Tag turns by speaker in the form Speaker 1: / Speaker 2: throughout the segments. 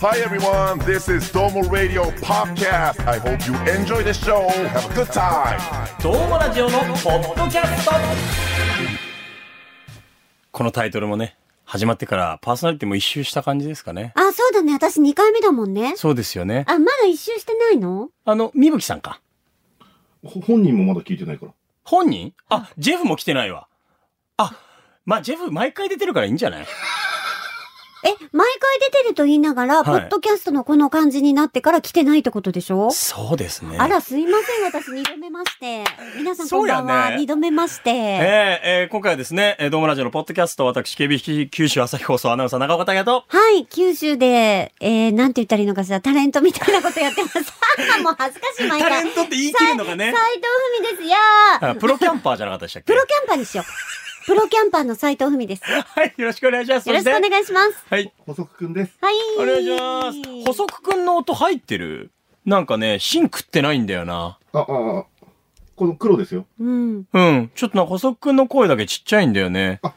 Speaker 1: Hi everyone, this is Domo Radio Podcast. I hope you enjoy the show. Have a good time.
Speaker 2: どうもラジオのポッドキャストこのタイトルもね、始まってからパーソナリティも一周した感じですかね。
Speaker 3: あ、そうだね。私2回目だもんね。
Speaker 2: そうですよね。
Speaker 3: あ、まだ一周してないの
Speaker 2: あの、みぶきさんか。
Speaker 4: ほ本人もまだ聞いてないから。
Speaker 2: 本人あ、ジェフも来てないわ。あ、まあ、ジェフ毎回出てるからいいんじゃない
Speaker 3: え、毎回出てると言いながら、
Speaker 2: い
Speaker 3: ポッドキャストのこの感じになってから来てないってことでしょ
Speaker 2: そうですね。
Speaker 3: あら、すいません。私2度目まして。皆さんこんばん
Speaker 2: そうや
Speaker 3: は。
Speaker 2: ね
Speaker 3: 度目まして。
Speaker 2: えーえー今回はですね、えードームラジオのポッドキャスト、私、KB 九州朝日放送アナウンサー中岡大也と、
Speaker 3: はい、九州で、えー、なんて言ったらいいのかしら、タレントみたいなことやってます。 もう恥ずかしい、毎
Speaker 2: タ
Speaker 3: 回。
Speaker 2: レントって言い切るのがね
Speaker 3: 斎、藤文です。やー。
Speaker 2: あプロキャンパーじゃなかったでしたっけ
Speaker 3: プロキャンパーにしよう。プロキャンパーの斎藤文です。よ
Speaker 2: はい、よろしくお願いします。
Speaker 3: ろしくお
Speaker 2: そして
Speaker 3: 願いします。
Speaker 2: はい、
Speaker 4: 補足くんです。
Speaker 3: はい。
Speaker 2: お願いします。補足くんの音入ってるなんかね、芯食ってないんだよな。
Speaker 4: あ、ああ、この黒ですよ。
Speaker 3: うん。
Speaker 2: うん。ちょっとなんか補足くんの声だけちっちゃいんだよね。
Speaker 4: あ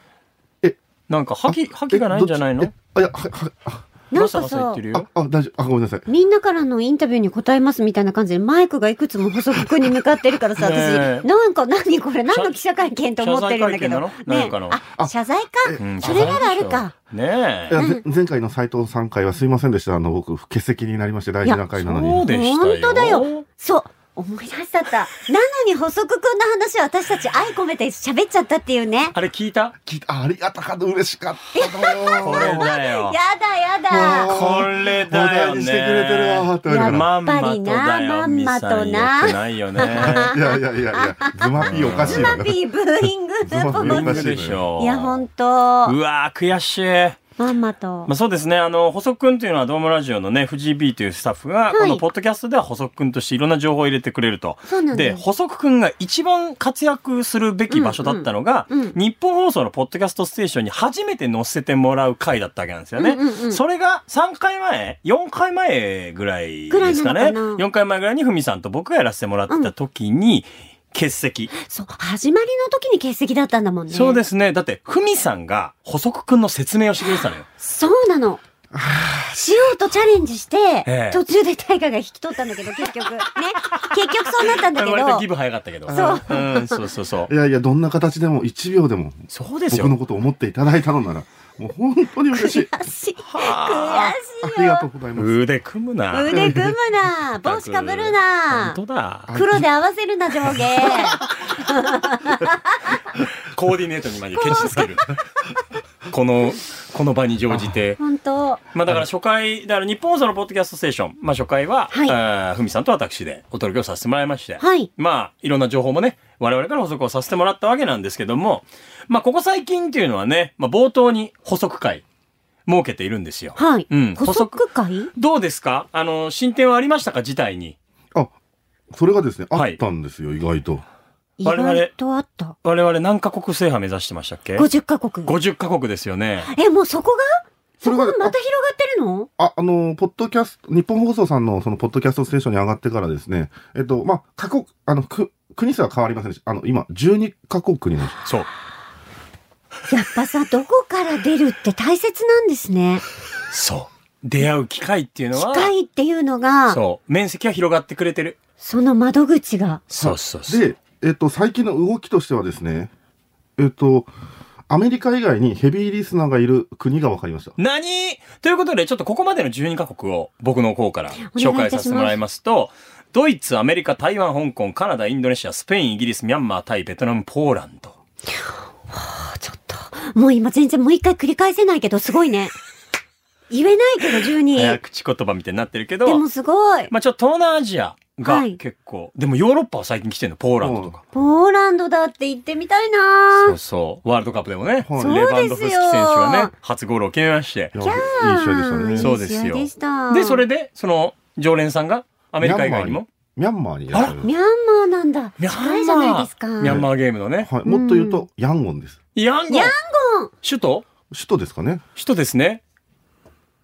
Speaker 4: え
Speaker 2: なんか覇気、覇気がないんじゃない
Speaker 4: え
Speaker 2: の
Speaker 4: あ、いや、は、は、あ
Speaker 3: なん
Speaker 2: ガサ
Speaker 3: か
Speaker 2: ガサ言っ
Speaker 3: さ
Speaker 2: て、る
Speaker 4: あ
Speaker 2: よ。、
Speaker 4: あ、大丈夫。あ、ごめんなさい。
Speaker 3: みんなからのインタビューに答えますみたいな感じで、マイクがいくつも細くに向かってるからさ、
Speaker 2: ねえ
Speaker 3: 私、なんか何これ、何の記者会見と思ってるんだ
Speaker 2: 謝
Speaker 3: けど。
Speaker 2: 罪会見なの何かの
Speaker 3: ねえあ、謝罪か。
Speaker 2: うん
Speaker 3: それならあるか。
Speaker 2: ね
Speaker 4: いや、ぜ前回の斎藤さん回はすいませんでした。あの、僕、欠席になりまして大事な回
Speaker 2: え。
Speaker 4: なの
Speaker 2: そう
Speaker 4: に。
Speaker 2: でしたよ。
Speaker 3: 本当だよ。そう。思い出しちゃった。なのに、細くくんの話を私たち愛込めて喋っちゃったっていうね。
Speaker 2: あれ聞いた
Speaker 4: 聞いた、あありがたかった。嬉しかった
Speaker 2: こ
Speaker 4: の
Speaker 2: れ
Speaker 4: よ。
Speaker 2: だ
Speaker 3: や
Speaker 2: よ。
Speaker 3: だやだ。
Speaker 2: これだよ
Speaker 4: お題
Speaker 2: ね。
Speaker 4: にしてくれてるわーって言われなが
Speaker 2: まんまと
Speaker 3: やっぱ
Speaker 2: だ
Speaker 3: り
Speaker 2: よ。
Speaker 3: な
Speaker 2: ミサン
Speaker 3: まんまとな
Speaker 2: よくないよね。
Speaker 4: ら。いやいやいやいや、ズマピーおかしい
Speaker 3: ズ
Speaker 4: よ
Speaker 3: マ
Speaker 4: ね。
Speaker 3: ピーブーイング。
Speaker 4: マピ
Speaker 2: ブーイン
Speaker 4: ー
Speaker 2: グでしょ。
Speaker 3: いや、ほんと。
Speaker 2: うわー、悔しい。
Speaker 3: まんまと
Speaker 2: まあ、。そうですね。あの、補足くんというのは、ドームラジオのね、藤井 B というスタッフが、
Speaker 3: い
Speaker 2: このポッドキャストでは補足くんとしていろんな情報を入れてくれると。
Speaker 3: そうなんだ
Speaker 2: で、
Speaker 3: よ。
Speaker 2: 補足くんが一番活躍するべき場所だったのが、
Speaker 3: うんうんうん
Speaker 2: 日本放送のポッドキャストステーションに初めて載せてもらう回だったわけなんですよね。
Speaker 3: うんうんうん
Speaker 2: それが3回前、4回前ぐらい
Speaker 3: ぐら
Speaker 2: で
Speaker 3: いな
Speaker 2: す
Speaker 3: のか
Speaker 2: か
Speaker 3: な
Speaker 2: ね。4回前ぐらいにふみさんと僕がやらせてもらってた時に、欠席。
Speaker 3: そう、始まりの時に欠席だったんだもんね。。
Speaker 2: そうですすね。だって、ふみさんが補足くんの説明をしてくれてたのよ。
Speaker 3: そうなの。しようとチャレンジして、
Speaker 2: ええ
Speaker 3: 途中で大河が引き取ったんだけど、結局。ね。結局そうなったんだけ
Speaker 2: 割とギブ
Speaker 3: ど、
Speaker 2: 早かったけど。
Speaker 3: そう。
Speaker 2: うん、そうそうそう
Speaker 4: い。やいや、どんな形でも、1秒でも、
Speaker 2: そうですよ。
Speaker 4: 僕のことを思っていただいたのなら、もう本当に嬉しい。
Speaker 3: 悔しい。
Speaker 2: は
Speaker 3: 悔
Speaker 4: あ
Speaker 3: しい
Speaker 4: りが
Speaker 3: よ
Speaker 4: と。うございます。
Speaker 2: 腕組むな。
Speaker 3: 腕組むな。帽子かぶるな。
Speaker 2: 本当だ。
Speaker 3: 黒で合わせるな、上下。
Speaker 2: コーディネートにまでケチつける。この、この場に乗じて。
Speaker 3: 本当。
Speaker 2: まあだから初回、だから日本放送のポッドキャストステーション、まあ初回は、
Speaker 3: はい
Speaker 2: あーふみさんと私でお届けをさせてもらいまして、
Speaker 3: はい
Speaker 2: まあいろんな情報もね、我々から補足をさせてもらったわけなんですけども、まあここ最近っていうのはね、まあ冒頭に補足会設けているんですよ。
Speaker 3: はい。
Speaker 2: うん
Speaker 3: 補足会
Speaker 2: どうですかあの、進展はありましたか事態に。
Speaker 4: あ、それがですね、あ
Speaker 2: はい
Speaker 4: ったんですよ、意外と。
Speaker 3: 意
Speaker 2: 我々
Speaker 3: 外とあった。
Speaker 2: 我々何カ国制覇目指してましたっけ
Speaker 3: 50カ国。
Speaker 2: 50カ国ですよね。
Speaker 3: え、もうそこがそ
Speaker 4: それ
Speaker 3: こ
Speaker 4: が
Speaker 3: がまた広がってるの
Speaker 4: あ、あのー、ポッドキャスト、日本放送さんのそのポッドキャストステーションに上がってからですね、えっと、まあ、過去、あの、く、国数は変わりませんでした。あの、今、12カ国になりまし
Speaker 2: そう。
Speaker 3: やっぱさ、どこから出るって大切なんですね。
Speaker 2: そう。出会う機会っていうの
Speaker 3: 機
Speaker 2: は、
Speaker 3: 会っていうのが、
Speaker 2: そう。面積は広がってくれてる。
Speaker 3: その窓口が。
Speaker 2: そうそう
Speaker 4: た。で、えっと、最近の動きとしてはですね、えっと、アメリカ以外にヘビーリスナーがいる国が分かりました。
Speaker 2: 何ということで、ちょっとここまでの12カ国を僕の方から紹介させてもらいますと、ドイツ、アメリカ、台湾、香港、カナダ、インドネシア、スペイン、イギリス、ミャンマー、タイ、ベトナム、ポーランド。
Speaker 3: あちょっと。もう今全然もう一回繰り返せないけど、すごいね。言えないけど、
Speaker 2: 早
Speaker 3: 12。
Speaker 2: 口言葉みたいになってるけ
Speaker 3: で
Speaker 2: ど、
Speaker 3: もすごい。
Speaker 2: まあちょっと東南アジアが
Speaker 3: はい
Speaker 2: 結構、でもヨーロッパは最近来てるの、ポーランドとか。
Speaker 3: ポーランドだって行ってみたい
Speaker 2: そ
Speaker 3: な
Speaker 2: うそう。ワールドカップでもね、
Speaker 4: はい
Speaker 2: レバンドフスキ選手がね、初ゴールを決めまして。
Speaker 4: いやいい試合でしたね。
Speaker 2: そうですよ
Speaker 3: いい試合でした。
Speaker 2: で、それで、その、常連さんが、アメリカ以外にも。
Speaker 4: ミャンマーにいらっしゃる。
Speaker 3: ミャンマーなんだ。
Speaker 2: ミ
Speaker 3: 近いじゃないですか。
Speaker 2: ミャンマーゲームのね。
Speaker 4: はい。もっと言うと、ヤンゴンです。
Speaker 2: ヤンゴン
Speaker 3: ヤンゴン
Speaker 2: 首都
Speaker 4: 首都ですかね。
Speaker 2: 首都ですね。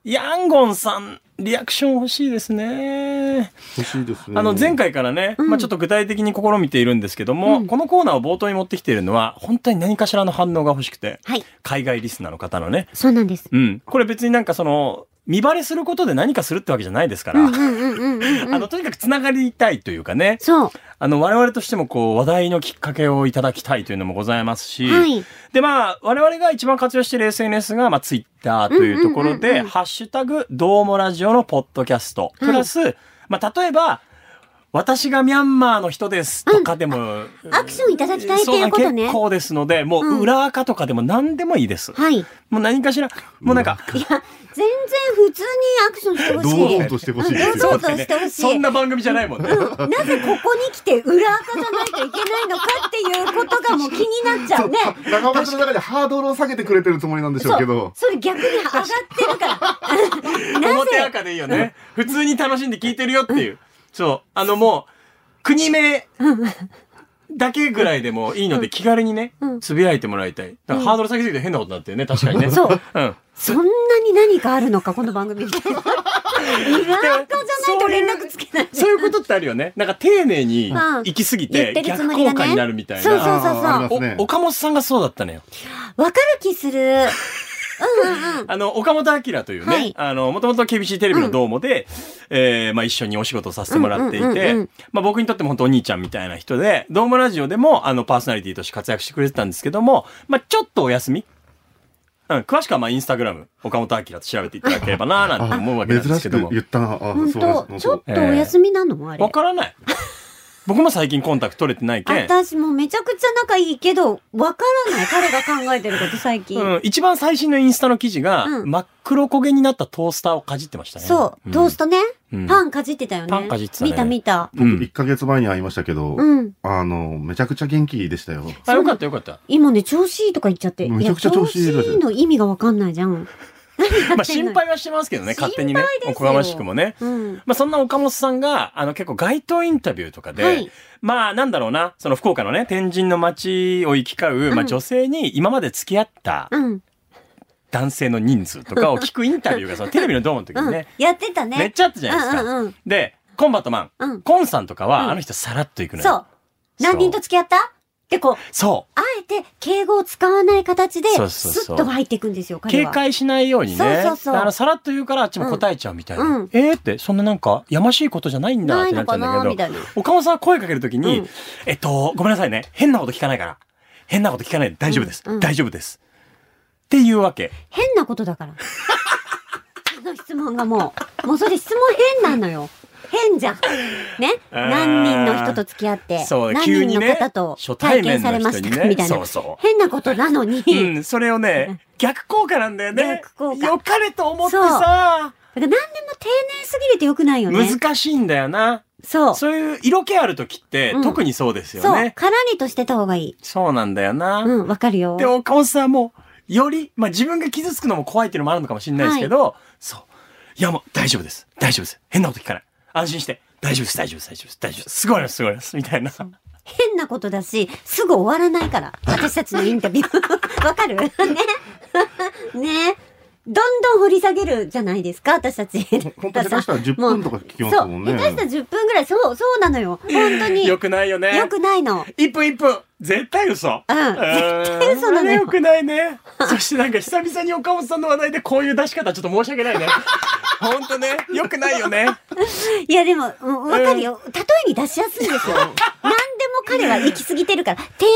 Speaker 2: ヤンゴンさん、リアクション欲しいですね。
Speaker 4: 欲しいですね。
Speaker 2: あの、前回からね、
Speaker 3: うん
Speaker 2: まあちょっと具体的に試みているんですけども、
Speaker 3: うん
Speaker 2: このコーナーを冒頭に持ってきているのは、本当に何かしらの反応が欲しくて、
Speaker 3: はい。
Speaker 2: 海外リスナーの方のね、
Speaker 3: そうなんです。
Speaker 2: うん。これ別になんかその、見バレすることで何かするってわけじゃないですか
Speaker 3: う
Speaker 2: ら、
Speaker 3: んうんうんうんうんう
Speaker 2: あ
Speaker 3: ん。
Speaker 2: の、とにかく繋がりたいというかね、
Speaker 3: そう。
Speaker 2: あの、我々としてもこう、話題のきっかけをいただきたいというのもございますし、
Speaker 3: はい。
Speaker 2: で、まあ、我々が一番活用している SNS が、まあ、ツイッターというところで、
Speaker 3: うんうんうんうん
Speaker 2: ハッシュタグ、どうもラジオのポッドキャスト、プラス、まあ、例えば、私がミャンマーの人ですとかでも、
Speaker 3: アクションいただきたいっていうこと
Speaker 2: そう
Speaker 3: ね
Speaker 2: 結。構ですので、も
Speaker 3: うん
Speaker 2: う裏垢とかでも何でもいいです。
Speaker 3: はい。いや、
Speaker 2: もう何かしら、もうなんか、
Speaker 3: 全然普通にアクションしてほしい。
Speaker 4: 堂々としてほしいです
Speaker 3: 堂
Speaker 4: よ
Speaker 3: 々。としてほしい。
Speaker 2: そんな番組じゃないもんね。
Speaker 3: うんなぜここに来て裏垢じゃないといけないのかっていうことがもう気になっちゃうね。
Speaker 4: 長岡さんの中でハードルを下げてくれてるつもりなんでしょうけど。
Speaker 3: それ逆に上がってる から。な
Speaker 2: 表
Speaker 3: ぜ
Speaker 2: 垢でいいよね。普通に楽しんで聞いてるよっていう。そう。あのもう、国名だけぐらいでもいいので気軽にね
Speaker 3: うん、
Speaker 2: つぶやいてもらいたい。だからハードル下げすぎて変なことになってるね、確かにね。
Speaker 3: そう。
Speaker 2: うん。
Speaker 3: そんなに何かあるのか、この番組みたいな。裏垢じゃないと連絡つけない。
Speaker 2: そういうことってあるよね。なんか丁寧に
Speaker 3: うん
Speaker 2: 行き過ぎ
Speaker 3: 言っててるつ
Speaker 2: 逆
Speaker 3: もりが
Speaker 2: 効果
Speaker 3: ね。
Speaker 2: になるみたい
Speaker 3: そうそ
Speaker 2: な。
Speaker 3: うそう
Speaker 4: あーありま
Speaker 3: そ
Speaker 4: すね
Speaker 2: お岡本さんがそうだったのよ。
Speaker 3: う。わかる気する。
Speaker 2: あの、岡本明というね、
Speaker 3: はい
Speaker 2: あの、もともと KBC テレビのドーモで、えーまあ一緒にお仕事をさせてもらっていて、
Speaker 3: うんうんうんうん
Speaker 2: まあ僕にとっても本当お兄ちゃんみたいな人で、ドーモラジオでもあのパーソナリティとして活躍してくれてたんですけども、まあちょっとお休みうん、詳しくはまあインスタグラム、岡本明と調べていただければなぁなんて
Speaker 4: あ
Speaker 2: 思うわけなんで
Speaker 4: 珍
Speaker 2: す
Speaker 4: し
Speaker 2: けど
Speaker 4: く
Speaker 2: も
Speaker 4: 言。ったな。あ
Speaker 3: 本
Speaker 4: そう
Speaker 3: 当
Speaker 4: です
Speaker 3: ちょっとお
Speaker 2: ええ
Speaker 3: 休みなのあれ
Speaker 2: わ。からない。僕も最近コンタクト取れてないけん。
Speaker 3: 私もめちゃくちゃ仲いいけど、わからない。彼が考えてること最近。
Speaker 2: うん、一番最新のインスタの記事が、
Speaker 3: うん
Speaker 2: 真っ黒焦げになったトースターをかじってましたね。
Speaker 3: そう、
Speaker 2: ん
Speaker 3: トーストね、
Speaker 2: うん
Speaker 3: パンかじってたよね。
Speaker 2: パンかじってたね
Speaker 3: 見た見た。
Speaker 2: う
Speaker 4: 僕
Speaker 2: ん
Speaker 4: 1ヶ月前に会いましたけど、
Speaker 3: うん。
Speaker 4: あの、めちゃくちゃ元気でしたよ。
Speaker 2: あ、よかったよかった。
Speaker 3: 今ね、調子いいとか言っちゃって。
Speaker 4: めちゃくちゃ調子いいです
Speaker 3: や調子いいの意味がわかんないじゃん。
Speaker 2: まあ心配はしてますけどね、勝手にね
Speaker 3: 心配です。よ
Speaker 2: おこがましくもね。
Speaker 3: うん。
Speaker 2: まあそんな岡本さんが、あの結構街頭インタビューとかで、
Speaker 3: はい
Speaker 2: まあなんだろうな、その福岡のね、天神の街を行き交う、まあ女性に今まで付き合った
Speaker 3: うん。
Speaker 2: 男性の人数とかを聞くインタビュー が、そのテレビのドームの時
Speaker 3: う
Speaker 2: に
Speaker 3: ん、
Speaker 2: ね、
Speaker 3: やってたね。
Speaker 2: めっちゃあったじゃないですか。
Speaker 3: うんうんうん
Speaker 2: で、コンバットマン、
Speaker 3: うん
Speaker 2: コンさんとかは、
Speaker 3: うん
Speaker 2: あの人さらっと行くのよ。
Speaker 3: そう。何人と付き合ったってこう、
Speaker 2: そ
Speaker 3: あえて敬語を使わない形で、
Speaker 2: そうそうそう
Speaker 3: スッと入っていくんですよ、
Speaker 2: う。
Speaker 3: 彼
Speaker 2: 警
Speaker 3: は。
Speaker 2: 戒しないようにね。
Speaker 3: そうそうそう
Speaker 2: であの、さらっと言うからあっちも答えちゃうみたいな。
Speaker 3: うんうん
Speaker 2: えーって、そんななんか、やましいことじゃないんだっ
Speaker 3: ない
Speaker 2: てな
Speaker 3: の
Speaker 2: っちゃ
Speaker 3: か
Speaker 2: うんだけ
Speaker 3: な
Speaker 2: ど
Speaker 3: み。たいな。
Speaker 2: 岡本さんは声かけるときに、
Speaker 3: うん
Speaker 2: えっと、ごめんなさいね。変なこと聞かないから。変なこと聞かないで大丈夫です。
Speaker 3: うんうん
Speaker 2: 大丈夫です。っていうわけ。
Speaker 3: 変なことだから。その質問がもう、もうそれ質問変なのよ。変じゃん。ね。
Speaker 2: あー
Speaker 3: 何人の人と付き合って、
Speaker 2: そう、急
Speaker 3: 何
Speaker 2: に
Speaker 3: 人の
Speaker 2: ね、
Speaker 3: 方と
Speaker 2: 初対
Speaker 3: 体
Speaker 2: 面
Speaker 3: 験さ
Speaker 2: の
Speaker 3: れま
Speaker 2: 人
Speaker 3: し
Speaker 2: に
Speaker 3: た
Speaker 2: ね、
Speaker 3: みたい
Speaker 2: そ
Speaker 3: な
Speaker 2: う。そ
Speaker 3: 変なことなのに、
Speaker 2: う。うん、それをね、逆効果なんだよね。
Speaker 3: 逆効果
Speaker 2: 良かれと思ってさ、
Speaker 3: だから何でも丁寧すぎると良くないよね。
Speaker 2: 難しいんだよな。
Speaker 3: そう。
Speaker 2: そういう色気ある時って、
Speaker 3: うん
Speaker 2: 特にそうですよ
Speaker 3: そう。
Speaker 2: ね。
Speaker 3: からりとしてた方がいい。
Speaker 2: そうなんだよな。
Speaker 3: うん、わかるよ
Speaker 2: で、。岡本さんも、より、まあ、自分が傷つくのも怖いっていうのもあるのかもしれないですけど、そう。いや、もう、大丈夫です。大丈夫です。変なこと聞かない。安心して。大丈夫です、大丈夫です、大丈夫です、大丈夫です。すごいです、すごいです。みたいな。
Speaker 3: 変なことだし、すぐ終わらないから。私たちのインタビュー。 わかるね。ね。どんどん掘り下げるじゃないですか、私たち。
Speaker 4: 本当に下手したら10分とか聞きます
Speaker 3: そう、
Speaker 4: もんね。
Speaker 3: 下手したら10分ぐらい、そう、そうなのよ。本当に。
Speaker 2: よ
Speaker 3: よ
Speaker 2: くないよね。
Speaker 3: くないの。
Speaker 2: 一分一分。絶対嘘。
Speaker 3: うん
Speaker 2: ーん
Speaker 3: 絶対嘘なのよ
Speaker 2: あれよくないね。そしてなんか久々に岡本さんの話題でこういう出し方ちょっと申し訳ない ね。ほんとね。よくないよね。
Speaker 3: いや、でも、うんわかるよ。例えに出しやすいんで すよ。何でも彼は行き過ぎてるから、丁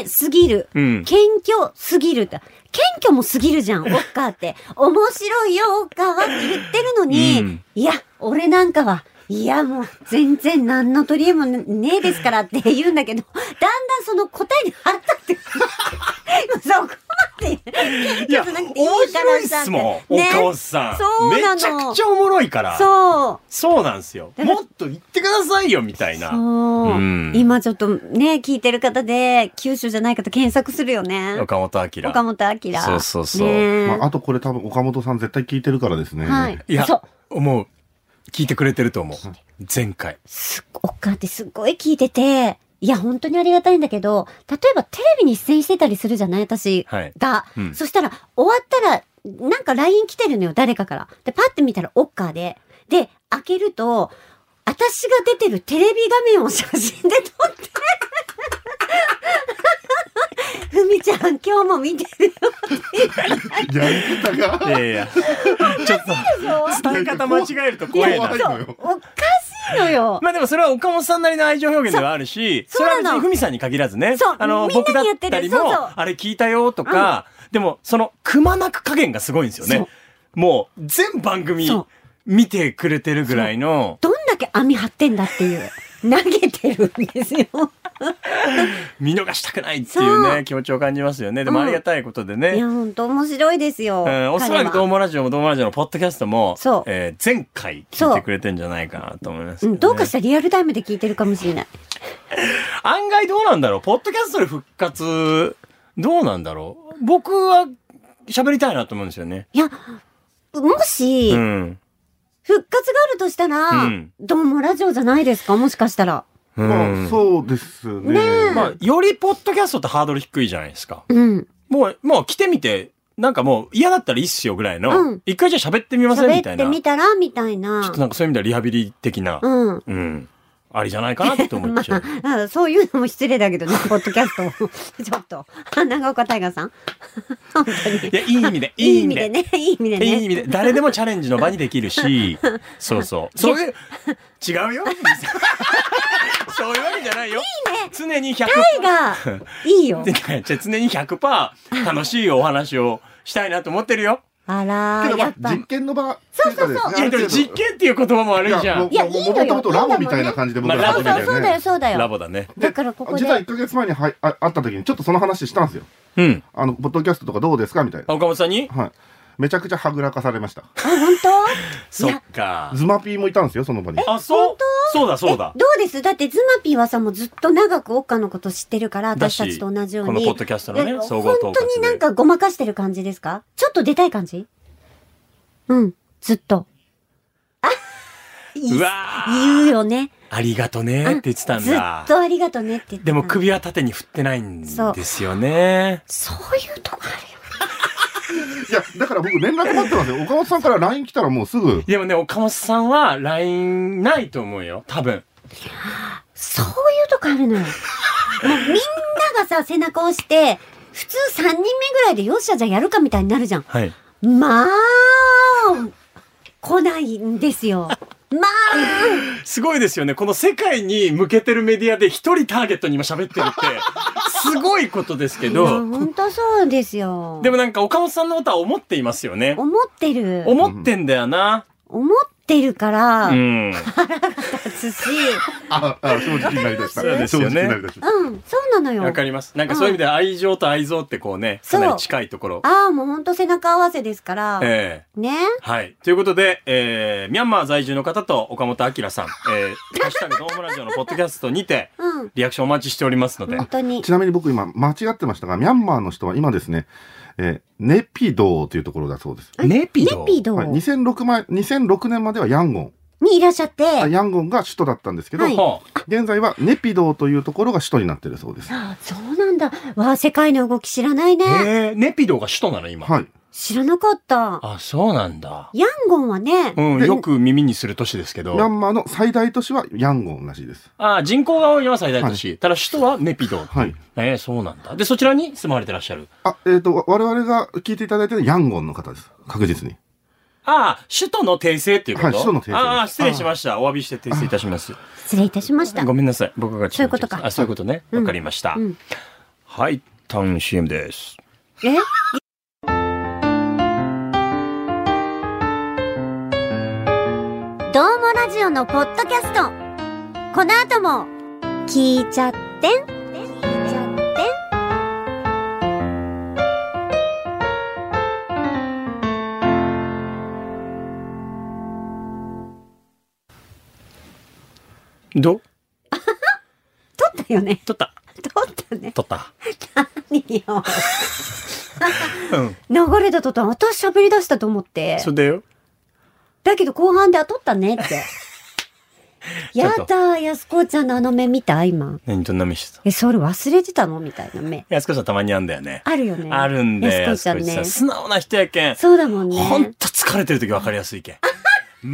Speaker 3: 寧すぎる。
Speaker 2: うん
Speaker 3: 謙虚すぎるって。謙虚もすぎるじゃん、オッカーって。面白いよ、オッカーはって言ってるのに、
Speaker 2: うん
Speaker 3: いや、俺なんかは、いや、もう、全然何の取り柄もねえですからって言うんだけど、だんだんその答えに腹立って くる。そこまで。
Speaker 2: いや、
Speaker 3: ちょっとなん
Speaker 2: 面
Speaker 3: かいいから
Speaker 2: 白いっすもん。
Speaker 3: ね
Speaker 2: 岡本さん。
Speaker 3: そうなの
Speaker 2: めちゃくちゃおもろいから。
Speaker 3: そう。
Speaker 2: そうなんですよ。
Speaker 3: だから
Speaker 2: もっと言ってくださいよ、みたいな。
Speaker 3: そう、
Speaker 2: うん
Speaker 3: 今ちょっとね、聞いてる方で、九州じゃない方検索するよね。
Speaker 2: 岡本明。
Speaker 3: 岡本明。
Speaker 2: そうそうそう
Speaker 3: ねえ
Speaker 4: まあ、あとこれ多分岡本さん絶対聞いてるからですね。
Speaker 3: はい。
Speaker 2: いや
Speaker 3: そう。、
Speaker 2: 思う。聞いてくれてると思う。前回。
Speaker 3: すっご岡ってすっごい聞いてて、いや、本当にありがたいんだけど、例えばテレビに出演してたりするじゃない私
Speaker 2: はい
Speaker 3: が、
Speaker 2: うん
Speaker 3: そしたら、終わったら、なんか LINE 来てるのよ、誰かから。で、パッて見たら、オッカーで。で、開けると、私が出てるテレビ画面を写真で撮って。ふみちゃん、今日も見てるよ。
Speaker 4: やり方が。
Speaker 2: いやいや。ちょっと、伝え方間違えると怖い
Speaker 4: いや
Speaker 2: な
Speaker 4: 怖。いのよ。
Speaker 3: おかしいのよ。
Speaker 2: まあでもそれは岡本さんなりの愛情表現ではあるし、そ
Speaker 3: そう
Speaker 2: れは
Speaker 3: なの
Speaker 2: 別にふみさんに限らずね
Speaker 3: そう、
Speaker 2: あの、
Speaker 3: みんな
Speaker 2: 僕だっ
Speaker 3: にやってる
Speaker 2: たり
Speaker 3: そうそう
Speaker 2: も、あれ聞いたよとか、でもそのくまなく加減がすごいんですよ
Speaker 3: そ
Speaker 2: ね
Speaker 3: う。
Speaker 2: もう全番組
Speaker 3: そう
Speaker 2: 見てくれてるぐらいの、
Speaker 3: どんだけ網張ってんだっ ていう。投げてるんですよ。
Speaker 2: 見逃したくないっていう
Speaker 3: そ
Speaker 2: ね、気持ちを感じますよね。でも
Speaker 3: うん
Speaker 2: ありがたいことで
Speaker 3: いや、
Speaker 2: ね。
Speaker 3: ほんと面白いですよ。
Speaker 2: うん、おそらくド
Speaker 3: 彼
Speaker 2: ー
Speaker 3: は
Speaker 2: ムラジオもドームラジオのポッドキャストも
Speaker 3: そう、
Speaker 2: えー前回聞いてくれてんじゃないかなと思いますけ
Speaker 3: う
Speaker 2: ね、
Speaker 3: ん、どうかしたらリアルタイムで聞いてるかもしれない。
Speaker 2: 案外どうなんだろうポッドキャストで復活、どうなんだろう僕は喋りたいなと思うんですよね。
Speaker 3: いや、もし、
Speaker 2: うん。
Speaker 3: 復活があるとしたら、
Speaker 2: うん
Speaker 3: どうもラジオじゃないですかもしかしたら。
Speaker 2: うん
Speaker 4: まあ、そうですね。
Speaker 3: ねえ
Speaker 2: まあ、よりポッドキャストってハードル低いじゃないですか。
Speaker 3: うん。
Speaker 2: もう、もう来てみて、なんかもう嫌だったらいいっすよぐらいの、
Speaker 3: うん
Speaker 2: 一回じゃあ喋ってみませんみ
Speaker 3: 喋
Speaker 2: たい
Speaker 3: っ
Speaker 2: な。
Speaker 3: てみ
Speaker 2: ち
Speaker 3: たらみたいな。
Speaker 2: ょっとなんかそういう意味ではリハビリ的な、
Speaker 3: うん。
Speaker 2: うん、ありじゃないかなって思っ ちゃう。
Speaker 3: うんそういうのも失礼 だけどね、ポッドキャストを。 ちょっと。長岡大河さん。本当に。
Speaker 2: いや、いい意味で、
Speaker 3: いい意味でね。 いい意味で
Speaker 2: いい意
Speaker 3: ね。
Speaker 2: 味で、誰でもチャレンジの場にできる し、そうそう。そういう、違うよ。 そういうわけじゃないよ。常に100%。
Speaker 3: タイが、いいよ。
Speaker 2: じゃあ常に100%楽しいお話をしたいなと思ってるよ。
Speaker 3: あら
Speaker 4: けど
Speaker 3: ー、
Speaker 4: ま
Speaker 3: や
Speaker 4: あ
Speaker 3: っぱ。
Speaker 4: 実験の場っていうかですね。
Speaker 2: いや、でも実験っていう言葉も
Speaker 4: あ
Speaker 2: 悪
Speaker 4: る
Speaker 2: い
Speaker 4: 程度
Speaker 2: じゃん
Speaker 4: い。
Speaker 3: いやい
Speaker 4: や、
Speaker 3: いのよ
Speaker 4: もうもともとラボみたいな感じで僕ら
Speaker 2: まあ
Speaker 3: そう
Speaker 4: 始めた
Speaker 3: そう、そ
Speaker 4: よ
Speaker 3: うだよ、
Speaker 4: ね。
Speaker 3: そうだ
Speaker 2: ラ
Speaker 3: よ。
Speaker 2: ボだね。
Speaker 3: だからここで
Speaker 4: 実。は1ヶ月前にはいあ会った時にちょっとその話したんですよ。
Speaker 2: うん。
Speaker 4: あの、ポッドキャストとかどうですかみたいな。
Speaker 2: 岡本さんに
Speaker 4: はい。めちゃくちゃはぐらかされました。
Speaker 3: あ、本当
Speaker 2: そ
Speaker 3: い
Speaker 2: っ
Speaker 3: や、
Speaker 2: か。
Speaker 4: ズマピーもいたんですよ、その場に。
Speaker 2: あ、そうそうだそうだ。
Speaker 3: どうですだってズマピーはさ、もうずっと長く岡のこと知ってるから、
Speaker 2: だ
Speaker 3: 私
Speaker 2: した
Speaker 3: ちと同じように。
Speaker 2: このポッドキャストのね
Speaker 3: いや
Speaker 2: 総合統括
Speaker 3: 本当になんかごまかしてる感じですかちょっと出たい感じうん、ずっと。あいいう
Speaker 2: わー
Speaker 3: 言うよね。
Speaker 2: ありがとねって言ってたん
Speaker 3: ずっ
Speaker 2: だ。
Speaker 3: とありがとねって言ってた
Speaker 2: でも首は縦に振ってないんですよね。
Speaker 3: そういうとこあるよ。
Speaker 4: いや、だから僕連絡待ってますよ。岡本さんから LINE 来たらもうすぐ。
Speaker 2: でもね、岡本さんは LINE ないと思うよ。多分。
Speaker 3: そういうとこあるのよ。もうみんながさ、背中を押して、普通3人目ぐらいでよっしゃじゃあやるかみたいになるじゃん。
Speaker 2: はい。
Speaker 3: まあ、来ないんですよ。まあ、
Speaker 2: すごいですよね。この世界に向けてるメディアで一人ターゲットに今喋ってるって、すごいことですけ
Speaker 3: いや
Speaker 2: ど、
Speaker 3: 本当そうですよ。
Speaker 2: でもなんか岡本さんのことは思っていますよね。
Speaker 3: 思ってる。
Speaker 2: 思ってんだよな。
Speaker 3: 思ってるから、
Speaker 2: うん。
Speaker 3: 立つし、
Speaker 4: あ、あ正直になりだした。
Speaker 2: そうですよね
Speaker 4: 正直になりだした。
Speaker 3: うん、そうなのよ。
Speaker 2: わかります。なんかそういう意味では愛情と愛憎ってこうね、かなり近いところ。
Speaker 3: ああ、もう本当背中合わせですから。
Speaker 2: ええ
Speaker 3: ね。
Speaker 2: はい。ということで、えー、ミャンマー在住の方と岡本明さん、えー、ハッシュタグドームラジオのポッドキャストにて、
Speaker 3: うん、
Speaker 2: リアクションお待ちしておりますので
Speaker 3: 本。当に。
Speaker 4: ちなみに僕今間違ってましたが、ミャンマーの人は今ですね、えーネピドーというところだそうです。
Speaker 2: ネピ
Speaker 3: ネピド
Speaker 4: はい、
Speaker 3: に
Speaker 4: 2006, 前2006年まではヤンゴン
Speaker 3: いらっしゃって、
Speaker 4: あ。ヤンゴンが首都だったんですけど、
Speaker 3: はい
Speaker 2: はあ
Speaker 4: 現在はネピドーというところが首都になってるそうです。
Speaker 3: あそうなんだ。わあ、世界の動き知らないね。
Speaker 2: えー、ネピドが首都なの今。
Speaker 4: はい。
Speaker 3: 知らなかった。
Speaker 2: あ、そうなんだ。
Speaker 3: ヤンゴンはね、
Speaker 2: うん、
Speaker 4: で
Speaker 2: よく耳にする都市ですけ
Speaker 4: ミャ
Speaker 2: ど。
Speaker 4: ンマーの最大都市はヤンゴンらしいです。
Speaker 2: あ人口が多いのは最大都市。ただ首都はネピド。
Speaker 4: はい。
Speaker 2: えー、そうなんだ。で、そちらに住まわれてらっしゃる。
Speaker 4: あ、えっ、と、わ我々が聞いていただいてるのはヤンゴンの方です。確実に。
Speaker 2: ああ、首都の訂正っていうこと、
Speaker 4: はい首都の訂正です
Speaker 2: ああ、失礼しました。お詫びして訂正いたします。
Speaker 3: 失礼いたしました。
Speaker 2: ごめんなさい。僕が
Speaker 3: そういうことか
Speaker 2: あ、そういうことね。わ、かりました。
Speaker 3: うん
Speaker 2: はい、タウン CM です。
Speaker 3: えどうもラジオのポッドキャストこの後も聞いちゃってん聞いちゃってん
Speaker 2: ど
Speaker 3: 撮ったよね
Speaker 2: 撮った。
Speaker 3: 撮ったね
Speaker 2: 撮った。
Speaker 3: 何よ
Speaker 2: うん。
Speaker 3: 流れた途端私喋り出したと思って
Speaker 2: そうだよ。
Speaker 3: だけど後半であ撮ったねってや
Speaker 2: ちょっ
Speaker 3: だ安子ちゃんのあの目見た今
Speaker 2: 何と何してた
Speaker 3: えそれ忘れてたのみたいな目
Speaker 2: 安子さんたまにあんだよね。
Speaker 3: あるよね
Speaker 2: あるんで。
Speaker 3: 安子ちゃん
Speaker 2: 安子
Speaker 3: ね
Speaker 2: 素直な人やけん。
Speaker 3: そうだもんね
Speaker 2: ほんと疲れてる時分かりやすい けん。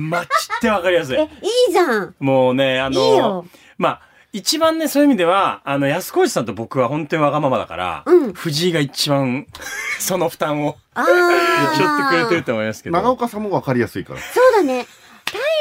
Speaker 2: マジで分かりやすい
Speaker 3: え。いいじゃん
Speaker 2: もうね、あ
Speaker 3: いい
Speaker 2: の
Speaker 3: よ、
Speaker 2: まあ、一番ね、そういう意味では、あの、安河内さんと僕は本当にわがままだから、
Speaker 3: うん
Speaker 2: 藤井が一番、 その負担を、
Speaker 3: あ
Speaker 2: 背負ってくれ
Speaker 3: あ
Speaker 2: てる。と思いますけど。
Speaker 4: 長岡さんも分かりやすいから。
Speaker 3: そうだね。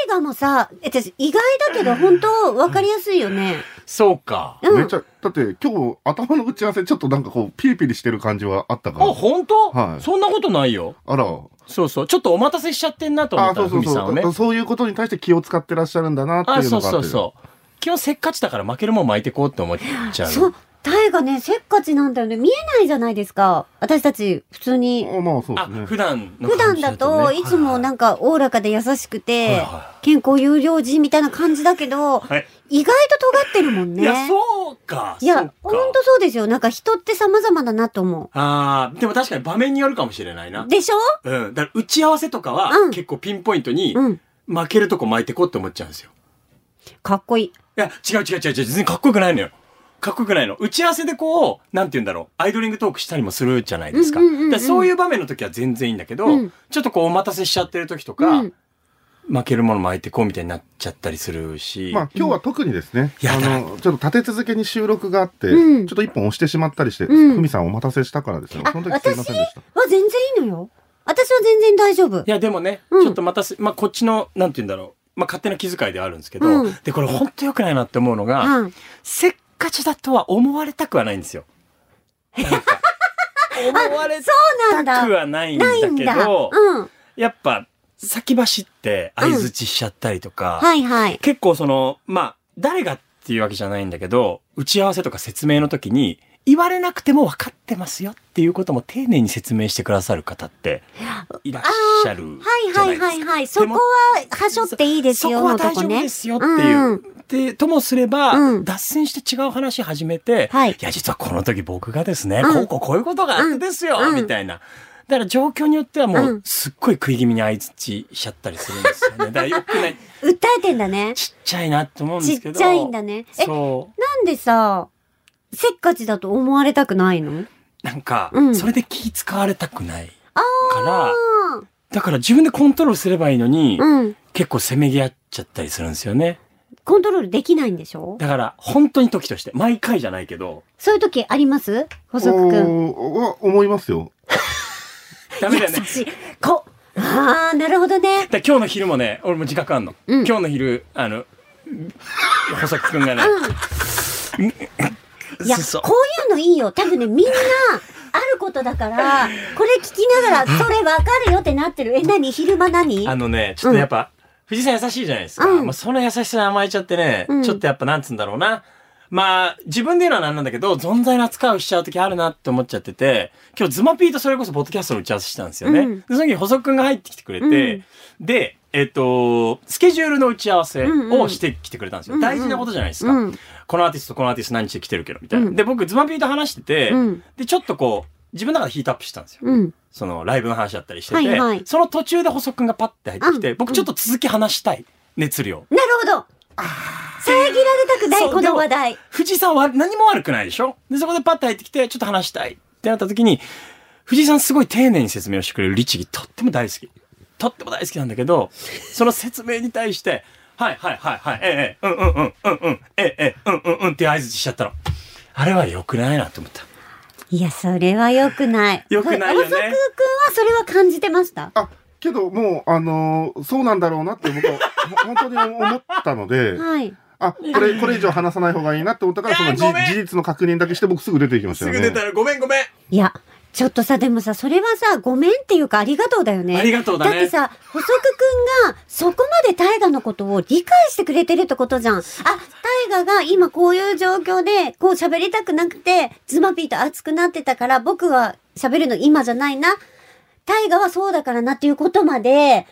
Speaker 3: 大河もさ、え私意外だけど本当わかりやすいよね。
Speaker 2: そうか。
Speaker 3: うん。
Speaker 4: めっちゃ、だって今日頭の打ち合わせちょっとなんかこう、ピリピリしてる感じはあった
Speaker 2: あ、
Speaker 4: から。
Speaker 2: 本当、
Speaker 4: はい
Speaker 2: そんなことないよ。
Speaker 4: あら。
Speaker 2: そうそう。ちょっとお待たせしちゃってんなと思
Speaker 4: あ
Speaker 2: った
Speaker 4: そ
Speaker 2: の
Speaker 4: うそ
Speaker 2: ふみ
Speaker 4: う
Speaker 2: さん
Speaker 4: そ
Speaker 2: を
Speaker 4: う、
Speaker 2: ね。
Speaker 4: そういうことに対して気を使ってらっしゃるんだなって
Speaker 2: あ、
Speaker 4: いう
Speaker 2: そう
Speaker 4: のがあって。
Speaker 2: そうそう。基本せっかちだから負けるもん巻いてこうって思っちゃう。
Speaker 3: そう。大河ね、せっかちなんだよね。見えないじゃないですか。私たち、普通に。
Speaker 4: あまあそうで
Speaker 2: あ、
Speaker 4: すね。
Speaker 2: 普段の
Speaker 3: 普
Speaker 2: 感
Speaker 3: 段
Speaker 2: じ
Speaker 3: だと、
Speaker 2: ね
Speaker 3: いつもなんか、おおらかで優し
Speaker 2: は
Speaker 3: く
Speaker 2: い
Speaker 3: て
Speaker 2: は、
Speaker 3: 健康有料児みたいな感じだけど、
Speaker 2: はい
Speaker 3: 意外と尖ってるもんね。
Speaker 2: いや、そうか。そ
Speaker 3: い
Speaker 2: う
Speaker 3: や
Speaker 2: か、
Speaker 3: ほんとそうですよ。なんか人って様々だなと思
Speaker 2: ああ、でも確かに場面によるかもしれないな
Speaker 3: う。。でしょ
Speaker 2: うん。だから打ち合わせとかは、
Speaker 3: うん
Speaker 2: 結構ピンポイントに、
Speaker 3: うん。
Speaker 2: 負けるとこ巻いてこうって思っちゃうんですよ。
Speaker 3: かっこいい。
Speaker 2: いや、違う違う違う違う、全然かっこよくないのよ。かっこよくないの。打ち合わせでこう、なんて言うんだろう、アイドリングトークしたりもするじゃないですか。
Speaker 3: うんうんうんうん
Speaker 2: だからそういう場面の時は全然いいんだけど、
Speaker 3: うん
Speaker 2: ちょっとこうお待たせしちゃってる時とか、
Speaker 3: うん
Speaker 2: 負けるもの巻いてこうみたいになっちゃったりするし。
Speaker 4: まあ今日は特にですね、
Speaker 2: うんや
Speaker 4: あ
Speaker 2: だ
Speaker 4: の、ちょっと立て続けに収録があって、
Speaker 3: うん
Speaker 4: ちょっと一本押してしまったりして、ふ
Speaker 3: うん
Speaker 4: みさんお待たせしたからですね。
Speaker 3: あ、
Speaker 4: その時すいま
Speaker 3: 私
Speaker 4: せんでした。
Speaker 3: は全然いいのよ。私は全然大丈夫
Speaker 2: い。や、でもね、
Speaker 3: うん
Speaker 2: ちょっとまたせ、まあ、こっちの、なんて言うんだろう。まあ、勝手な気遣いではあるんですけど、
Speaker 3: うん
Speaker 2: で、これ本当良くないなって思うのが、
Speaker 3: うん
Speaker 2: せっかちだとは思われたくはないんです よ。なんか思われ
Speaker 3: そうなん
Speaker 2: た
Speaker 3: だ
Speaker 2: く。はないんだ
Speaker 3: ないん
Speaker 2: け
Speaker 3: だ。
Speaker 2: ど、
Speaker 3: うん。
Speaker 2: やっぱ、先走って相づちしちゃったりとか、
Speaker 3: はいはい。
Speaker 2: 結構その、まあ、誰がっていうわけじゃないんだけど、打ち合わせとか説明の時に、言われなくても分かってますよっていうことも丁寧に説明してくださる方って、いらっしゃる
Speaker 3: はい
Speaker 2: じゃ
Speaker 3: は
Speaker 2: ないいです
Speaker 3: は
Speaker 2: か
Speaker 3: いはい。そこは、はしょっていいですよ、
Speaker 2: そこは
Speaker 3: のと
Speaker 2: 大
Speaker 3: こ
Speaker 2: 丈夫
Speaker 3: ね
Speaker 2: で。すよっていう。
Speaker 3: うん
Speaker 2: で、ともすれば、
Speaker 3: うん
Speaker 2: 脱線して違う話始めて、
Speaker 3: はい
Speaker 2: や、実はこの時僕がですね、
Speaker 3: うん
Speaker 2: こうこうこういうことがあってですよ、
Speaker 3: うん
Speaker 2: みたいな。だから状況によってはも
Speaker 3: う、
Speaker 2: うんすっごい食い気味に相づちしちゃったりするんですよね。だからよくない、
Speaker 3: 訴えてんだね。
Speaker 2: ちっちゃいなって思うんで
Speaker 3: ち
Speaker 2: すけ
Speaker 3: っ
Speaker 2: ど。
Speaker 3: ちゃいんだね。え、な
Speaker 2: そう。
Speaker 3: んでさ、せっかちだと思われたくないの
Speaker 2: なんか、
Speaker 3: うん
Speaker 2: それで気使われたくない
Speaker 3: あ
Speaker 2: から、
Speaker 3: あ。
Speaker 2: だから自分でコントロールすればいいのに、
Speaker 3: うん。
Speaker 2: 結構せめぎ合っちゃったりするんですよね。
Speaker 3: コントロールできないんでしょ
Speaker 2: だから、本当に時として、毎回じゃないけど、
Speaker 3: そういう時あります補足くん。
Speaker 4: おーは思いますよ。
Speaker 2: ダメだよね
Speaker 3: 優。しい。こ、ああ、なるほどね。
Speaker 2: だから今日の昼もね、俺も自覚あんの。
Speaker 3: うん
Speaker 2: 今日の昼、あ の、細崎くんがね、
Speaker 3: いや、こ
Speaker 2: そう
Speaker 3: ういうのいいよ。多分ね、みんな、あること だから、これ聞きながら、それわかるよってなってる。え、何昼間何
Speaker 2: あのね、ちょっとやっぱ、藤井さん優しいじゃないですか。
Speaker 3: うん
Speaker 2: まあ、その優しさに甘えちゃってね、
Speaker 3: うん
Speaker 2: ちょっとやっぱなんつうんだろうな。まあ、自分で言うのはなんなんだけど、存在の扱いをしちゃう時あるなって思っちゃってて、今日ズマピーとそれこそポッドキャストの打ち合わせしたんですよね。
Speaker 3: うん
Speaker 2: で、その時細くんが入ってきてくれて、で、えっ、と、スケジュールの打ち合わせをしてきてくれたんですよ。
Speaker 3: うんうん
Speaker 2: 大事なことじゃないですか。
Speaker 3: うん。
Speaker 2: このアーティストとこのアーティスト何日で来てるけど、みたいな。
Speaker 3: うん
Speaker 2: で、僕、ズマピーと話してて、
Speaker 3: うん
Speaker 2: で、ちょっとこう、自分の中でヒートアップしたんですよ。
Speaker 3: うん。
Speaker 2: その、ライブの話だったりしてて、
Speaker 3: はいはい
Speaker 2: その途中で細くんがパッて入ってきて、
Speaker 3: うん
Speaker 2: 僕ちょっと続き話したい。熱量。
Speaker 3: なるほど。遮られたくない、
Speaker 2: そう
Speaker 3: この話題。
Speaker 2: 藤井さんは何も悪くないでしょで、そこでパッて入ってきて、ちょっと話したいってなった時に、藤井さんすごい丁寧に説明をしてくれる律儀、とっても大好き。とっても大好きなんだけど、その説明に対して、はいはいはいはい、ええ、ええうんうんうん、うんうん、ええ、ええ、うんうんうんっていう合図しちゃったの。あれは良くないなと思った。
Speaker 3: いや、それは良くない。
Speaker 2: 良くないよね
Speaker 3: 細くんはそれは感じてました。
Speaker 4: あ、けどもう、あのーそうなんだろうなって僕は、ほ本当に思ったので、
Speaker 3: はい。
Speaker 4: あ、これ、これ以上話さない方がいいなって思ったから、その
Speaker 2: いや
Speaker 4: じ
Speaker 2: ごめん
Speaker 4: 事実の確認だけして僕すぐ出ていきましたよね。
Speaker 2: らごめんごめん。
Speaker 3: いや、ちょっとさ、でもさ、それはさ、ごめんっていうかありがとうだよね。
Speaker 2: ありがとうだね
Speaker 3: ってさ、補足くんが、そこまで大河のことを理解してくれてるってことじゃん。あ、大河が今こういう状況で、こう喋りたくなくて、ズマピーと熱くなってたから、僕は喋るの今じゃないな。大河はそうだからなっていうことまで、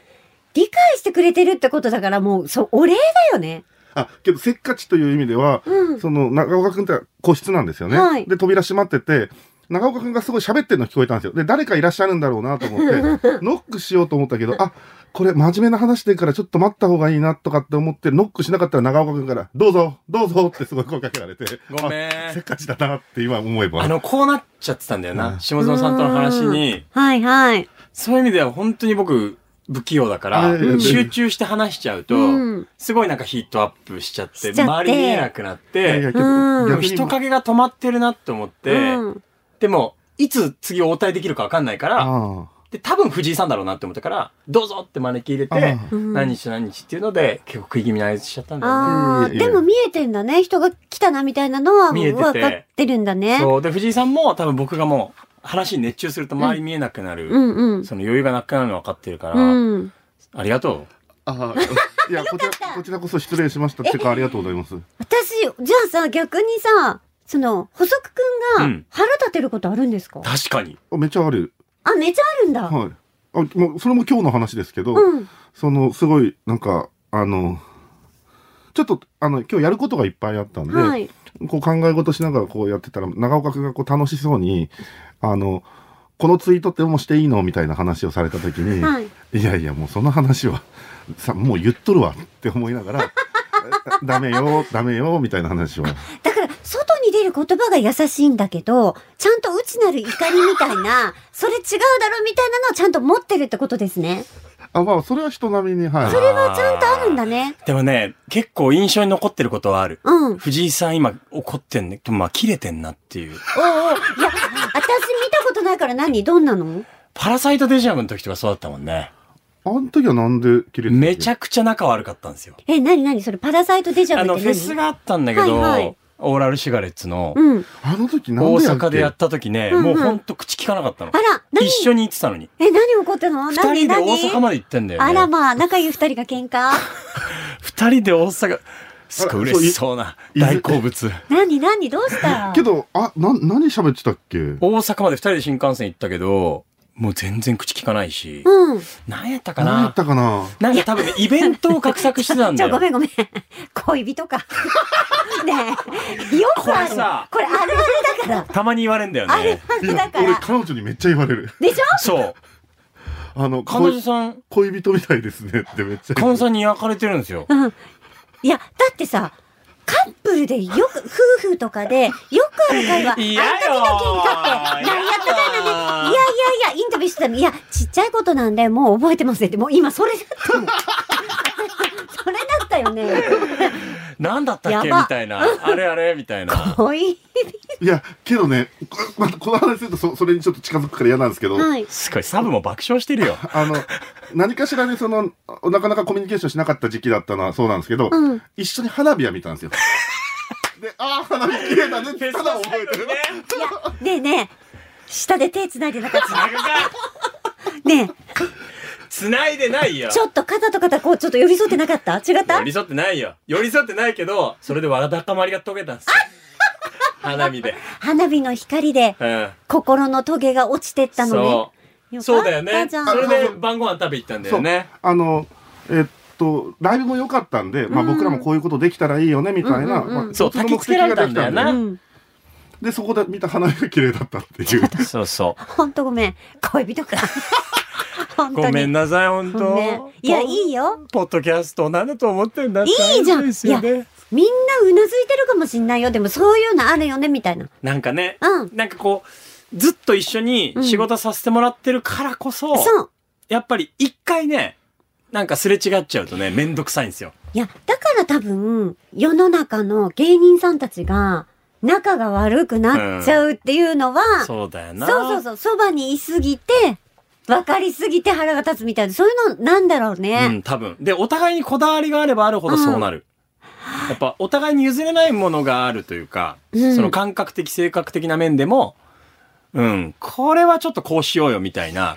Speaker 3: 理解してくれてるってことだから、もう、そう、お礼だよね。
Speaker 4: あ、けどせっかちという意味では、
Speaker 3: うん
Speaker 4: その、長岡くんって個室なんですよね。
Speaker 3: はい
Speaker 4: で、扉閉まってて、長岡くんがすごい喋ってるの聞こえたんですよ。で、誰かいらっしゃるんだろうなと思って、ノックしようと思ったけど、あ、これ真面目な話でからちょっと待った方がいいなとかって思って、ノックしなかったら長岡くんから、どうぞ、どうぞってすごい声かけられて、
Speaker 2: ごめん
Speaker 4: あせっかちだなって今思えば。
Speaker 2: あの、こうなっちゃってたんだよな。
Speaker 4: うん
Speaker 2: 下園さんとの話に。
Speaker 3: はいはい。
Speaker 2: そういう意味では本当に僕、不器用だから、
Speaker 4: うん
Speaker 2: 集中して話しちゃうと、
Speaker 3: うん
Speaker 2: すごいなんかヒートアップしちゃって、
Speaker 3: しちゃって
Speaker 2: 周り見えなくなっ
Speaker 4: いや
Speaker 2: て、
Speaker 4: 結
Speaker 3: う
Speaker 4: 構
Speaker 3: ん
Speaker 2: でも
Speaker 4: 逆に
Speaker 2: 人影が止まってるなって思って、
Speaker 3: うん
Speaker 2: でも、いつ次応対できるかわかんないから、
Speaker 4: あ
Speaker 2: で、多分藤井さんだろうなって思ったから、どうぞって招き入れ
Speaker 4: あ
Speaker 2: て、
Speaker 4: あ
Speaker 3: うん
Speaker 2: 何日何日っていうので、結構食い気味な挨拶しちゃったんだよね。
Speaker 3: あー
Speaker 4: いやいや
Speaker 3: でも見えてんだね。人が来たなみたいなのは
Speaker 2: 見えて
Speaker 3: 分
Speaker 2: て
Speaker 3: かってるんだね。
Speaker 2: そう。で、藤井さんも多分僕がもう、話に熱中すると周り見えなくなる。
Speaker 3: うんうん。
Speaker 2: その余裕がなくなるの分かってるから、
Speaker 3: うん。
Speaker 2: ありがと
Speaker 4: ああいやこちらこちらこそ失礼しましたってかありがとうございます
Speaker 3: 私、じゃあさ、逆にさ、その、補足く
Speaker 2: うん
Speaker 3: が
Speaker 2: ん
Speaker 3: 腹立てることあるんですか、
Speaker 2: う。確かに。
Speaker 4: あめちゃある
Speaker 3: あ、めちゃあるんだ。
Speaker 4: はいあもうそれも今日の話ですけど、
Speaker 3: うん。
Speaker 4: そのすごいなんかあのちょっとあの今日やることがいっぱいあったんで、
Speaker 3: はい。
Speaker 4: こう考え事しながらこうやってたら長岡君がこう楽しそうにあのこのツイートってもうしていいのみたいな話をされた時に、
Speaker 3: はい。
Speaker 4: いやいや、もうその話は、さ、もう言っとるわって思いながら、 ダメよ、ダメよ、みたいな話を。
Speaker 3: だから、外に出る言葉が優しいんだけど、ちゃんと内なる怒りみた いな、それ違うだろみたいなのをちゃんと持ってるってことですね。
Speaker 4: あ、まあ、それは人並みに、はい。
Speaker 3: それはちゃんとあるんだね。
Speaker 2: でもね、結構印象に残ってることはある。
Speaker 3: うん。おうおう
Speaker 2: 藤井さん今怒ってんね。でもまあ、切れてんなっていう。
Speaker 3: いや、私見たことないから何どんなの
Speaker 2: パラサイトデジャブの時とかそうだったもんね。
Speaker 4: あの時はなんで切れて
Speaker 2: めち
Speaker 4: ゃ
Speaker 2: ゃくちゃ仲悪かったんですよ。
Speaker 3: え、何何それ、パラサイトデジャ
Speaker 2: あ
Speaker 3: ブっ
Speaker 2: の、
Speaker 3: て
Speaker 2: フ
Speaker 3: 何
Speaker 2: ェスがあったんだけど、
Speaker 3: はいはい
Speaker 2: オーラルシガレッツの、
Speaker 3: うん。
Speaker 4: あの時なん
Speaker 2: 大
Speaker 4: でやっけ
Speaker 2: 阪でやった時ね、
Speaker 3: うんうん
Speaker 2: もうほんと口聞かなかったの
Speaker 3: あ。ら、何
Speaker 2: 一緒に行ってたのに。
Speaker 3: え、何怒ったの
Speaker 2: 二
Speaker 3: 何
Speaker 2: 人で
Speaker 3: 何
Speaker 2: 大阪まで行ってんだよね。
Speaker 3: あらまあ、仲良い二人が 喧嘩
Speaker 2: 二人で大阪、すごい嬉しそうな
Speaker 4: そうい
Speaker 2: 大好物。
Speaker 3: 何何どうした
Speaker 4: けど、あ、な、何喋ってたっけ
Speaker 2: 大阪まで二人で新幹線行ったけど、もう全然口聞かないし、
Speaker 3: うん。
Speaker 2: 何やったか
Speaker 4: 何やっ
Speaker 2: な
Speaker 4: たかな
Speaker 2: なんか多分ねイベントを画策してたん
Speaker 3: ち
Speaker 2: だ
Speaker 3: ょ、ご
Speaker 2: よ。
Speaker 3: めんごめん。恋人 か。ねえ、よくある
Speaker 2: これさ。
Speaker 3: これあるあるだから。
Speaker 2: たまに言われんだよ
Speaker 3: ある
Speaker 2: ね。
Speaker 3: あ
Speaker 4: い
Speaker 3: る
Speaker 4: や
Speaker 3: だか
Speaker 4: 俺、
Speaker 3: ら。
Speaker 4: 彼女にめっちゃ言われる。
Speaker 3: でしょ
Speaker 2: そう。
Speaker 4: あの、
Speaker 2: 彼女
Speaker 4: 恋
Speaker 2: さん、
Speaker 4: 恋人みたいですねってめっちゃ言
Speaker 2: 彼女
Speaker 4: われる。
Speaker 2: さんに焼かれてるんですよ。
Speaker 3: うん。いや、だってさ、カップルでよく、夫婦とかで、よくある会話、あの時
Speaker 2: 嫌
Speaker 3: の
Speaker 2: よ
Speaker 3: 喧嘩って、何やったかいなね。いやいやいや、インタビューしてたのいや、ちっちゃいことなんで、もう覚えてますねって、もう 今それだったの。それだったよね。
Speaker 2: 何だったっけみ
Speaker 3: やば
Speaker 2: たいな。あれあれみたいな。
Speaker 3: 恋
Speaker 4: いや、けどね、こまたこの話するとそ、それにちょっと近づくから嫌なんですけど、
Speaker 3: はい。
Speaker 2: すごい、サブも爆笑してるよ。
Speaker 4: あの、何かしらね、その、なかなかコミュニケーションしなかった時期だったのはそうなんですけど、
Speaker 3: うん
Speaker 4: 一緒に花火は見たんですよ。で、ああ、花火綺麗だねって、ただ覚えてる。
Speaker 3: いや、ねえねえ、下で手繋いでなかった。ねえ、
Speaker 2: 繋いでないよ。
Speaker 3: ちょっと肩と肩こう、ちょっと寄り添ってなかった違った
Speaker 2: 寄り添ってないよ。寄り添ってないけど、それでわだかまりが溶けたんですよ。花火で。
Speaker 3: 花火の光で、
Speaker 2: うん。
Speaker 3: 心のトゲが落ちてったの
Speaker 2: そ
Speaker 3: ね。
Speaker 2: う。そうだよ
Speaker 3: かっ
Speaker 2: ね。
Speaker 3: たじゃん
Speaker 2: それで晩ご飯食べ行ったんだよね。
Speaker 4: あの、えっと、ライブも良かったんで、まあ僕らもこういうことできたらいいよね、みたいな、
Speaker 3: うんうんうん
Speaker 4: まあ
Speaker 2: そう
Speaker 4: 共通の目的ができ
Speaker 2: 焚き付けられたんだよな
Speaker 3: うん。
Speaker 4: で、そこで見た花火が綺麗だったって いう。
Speaker 2: そうそ
Speaker 3: ほんとごめん。恋 人か。本当に。
Speaker 2: ごめんなさい、本
Speaker 3: ごめん
Speaker 2: 当
Speaker 3: いや、いい。よ。
Speaker 2: ポッドキャストなんだと思ってんだって
Speaker 3: いいじゃん。い
Speaker 2: ですよ
Speaker 3: や、みん
Speaker 2: ね
Speaker 3: なうなずいてるかもしんないよ。でもそういうのあるよね、みたいな。
Speaker 2: なんかね、
Speaker 3: うん
Speaker 2: なんかこう、ずっと一緒に仕事させてもらってるからこそ、
Speaker 3: そう。
Speaker 2: やっぱり一回ね、なんかすれ違っちゃうとね、めんどくさいんですよ。
Speaker 3: いや、だから多分、世の中の芸人さんたちが、仲が悪くなっちゃうっていうのは、そう
Speaker 2: そうだよな。
Speaker 3: そうそう、そばにいすぎて、分かりすぎて腹が立つみたいな、そういうのなんだろうね。
Speaker 2: うん、多分。で、お互いにこだわりがあればあるほどそうなる。やっぱ、お互いに譲れないものがあるというか、
Speaker 3: うん
Speaker 2: その感覚的、性格的な面でも、うん、これはちょっとこうしようよ、みたいな。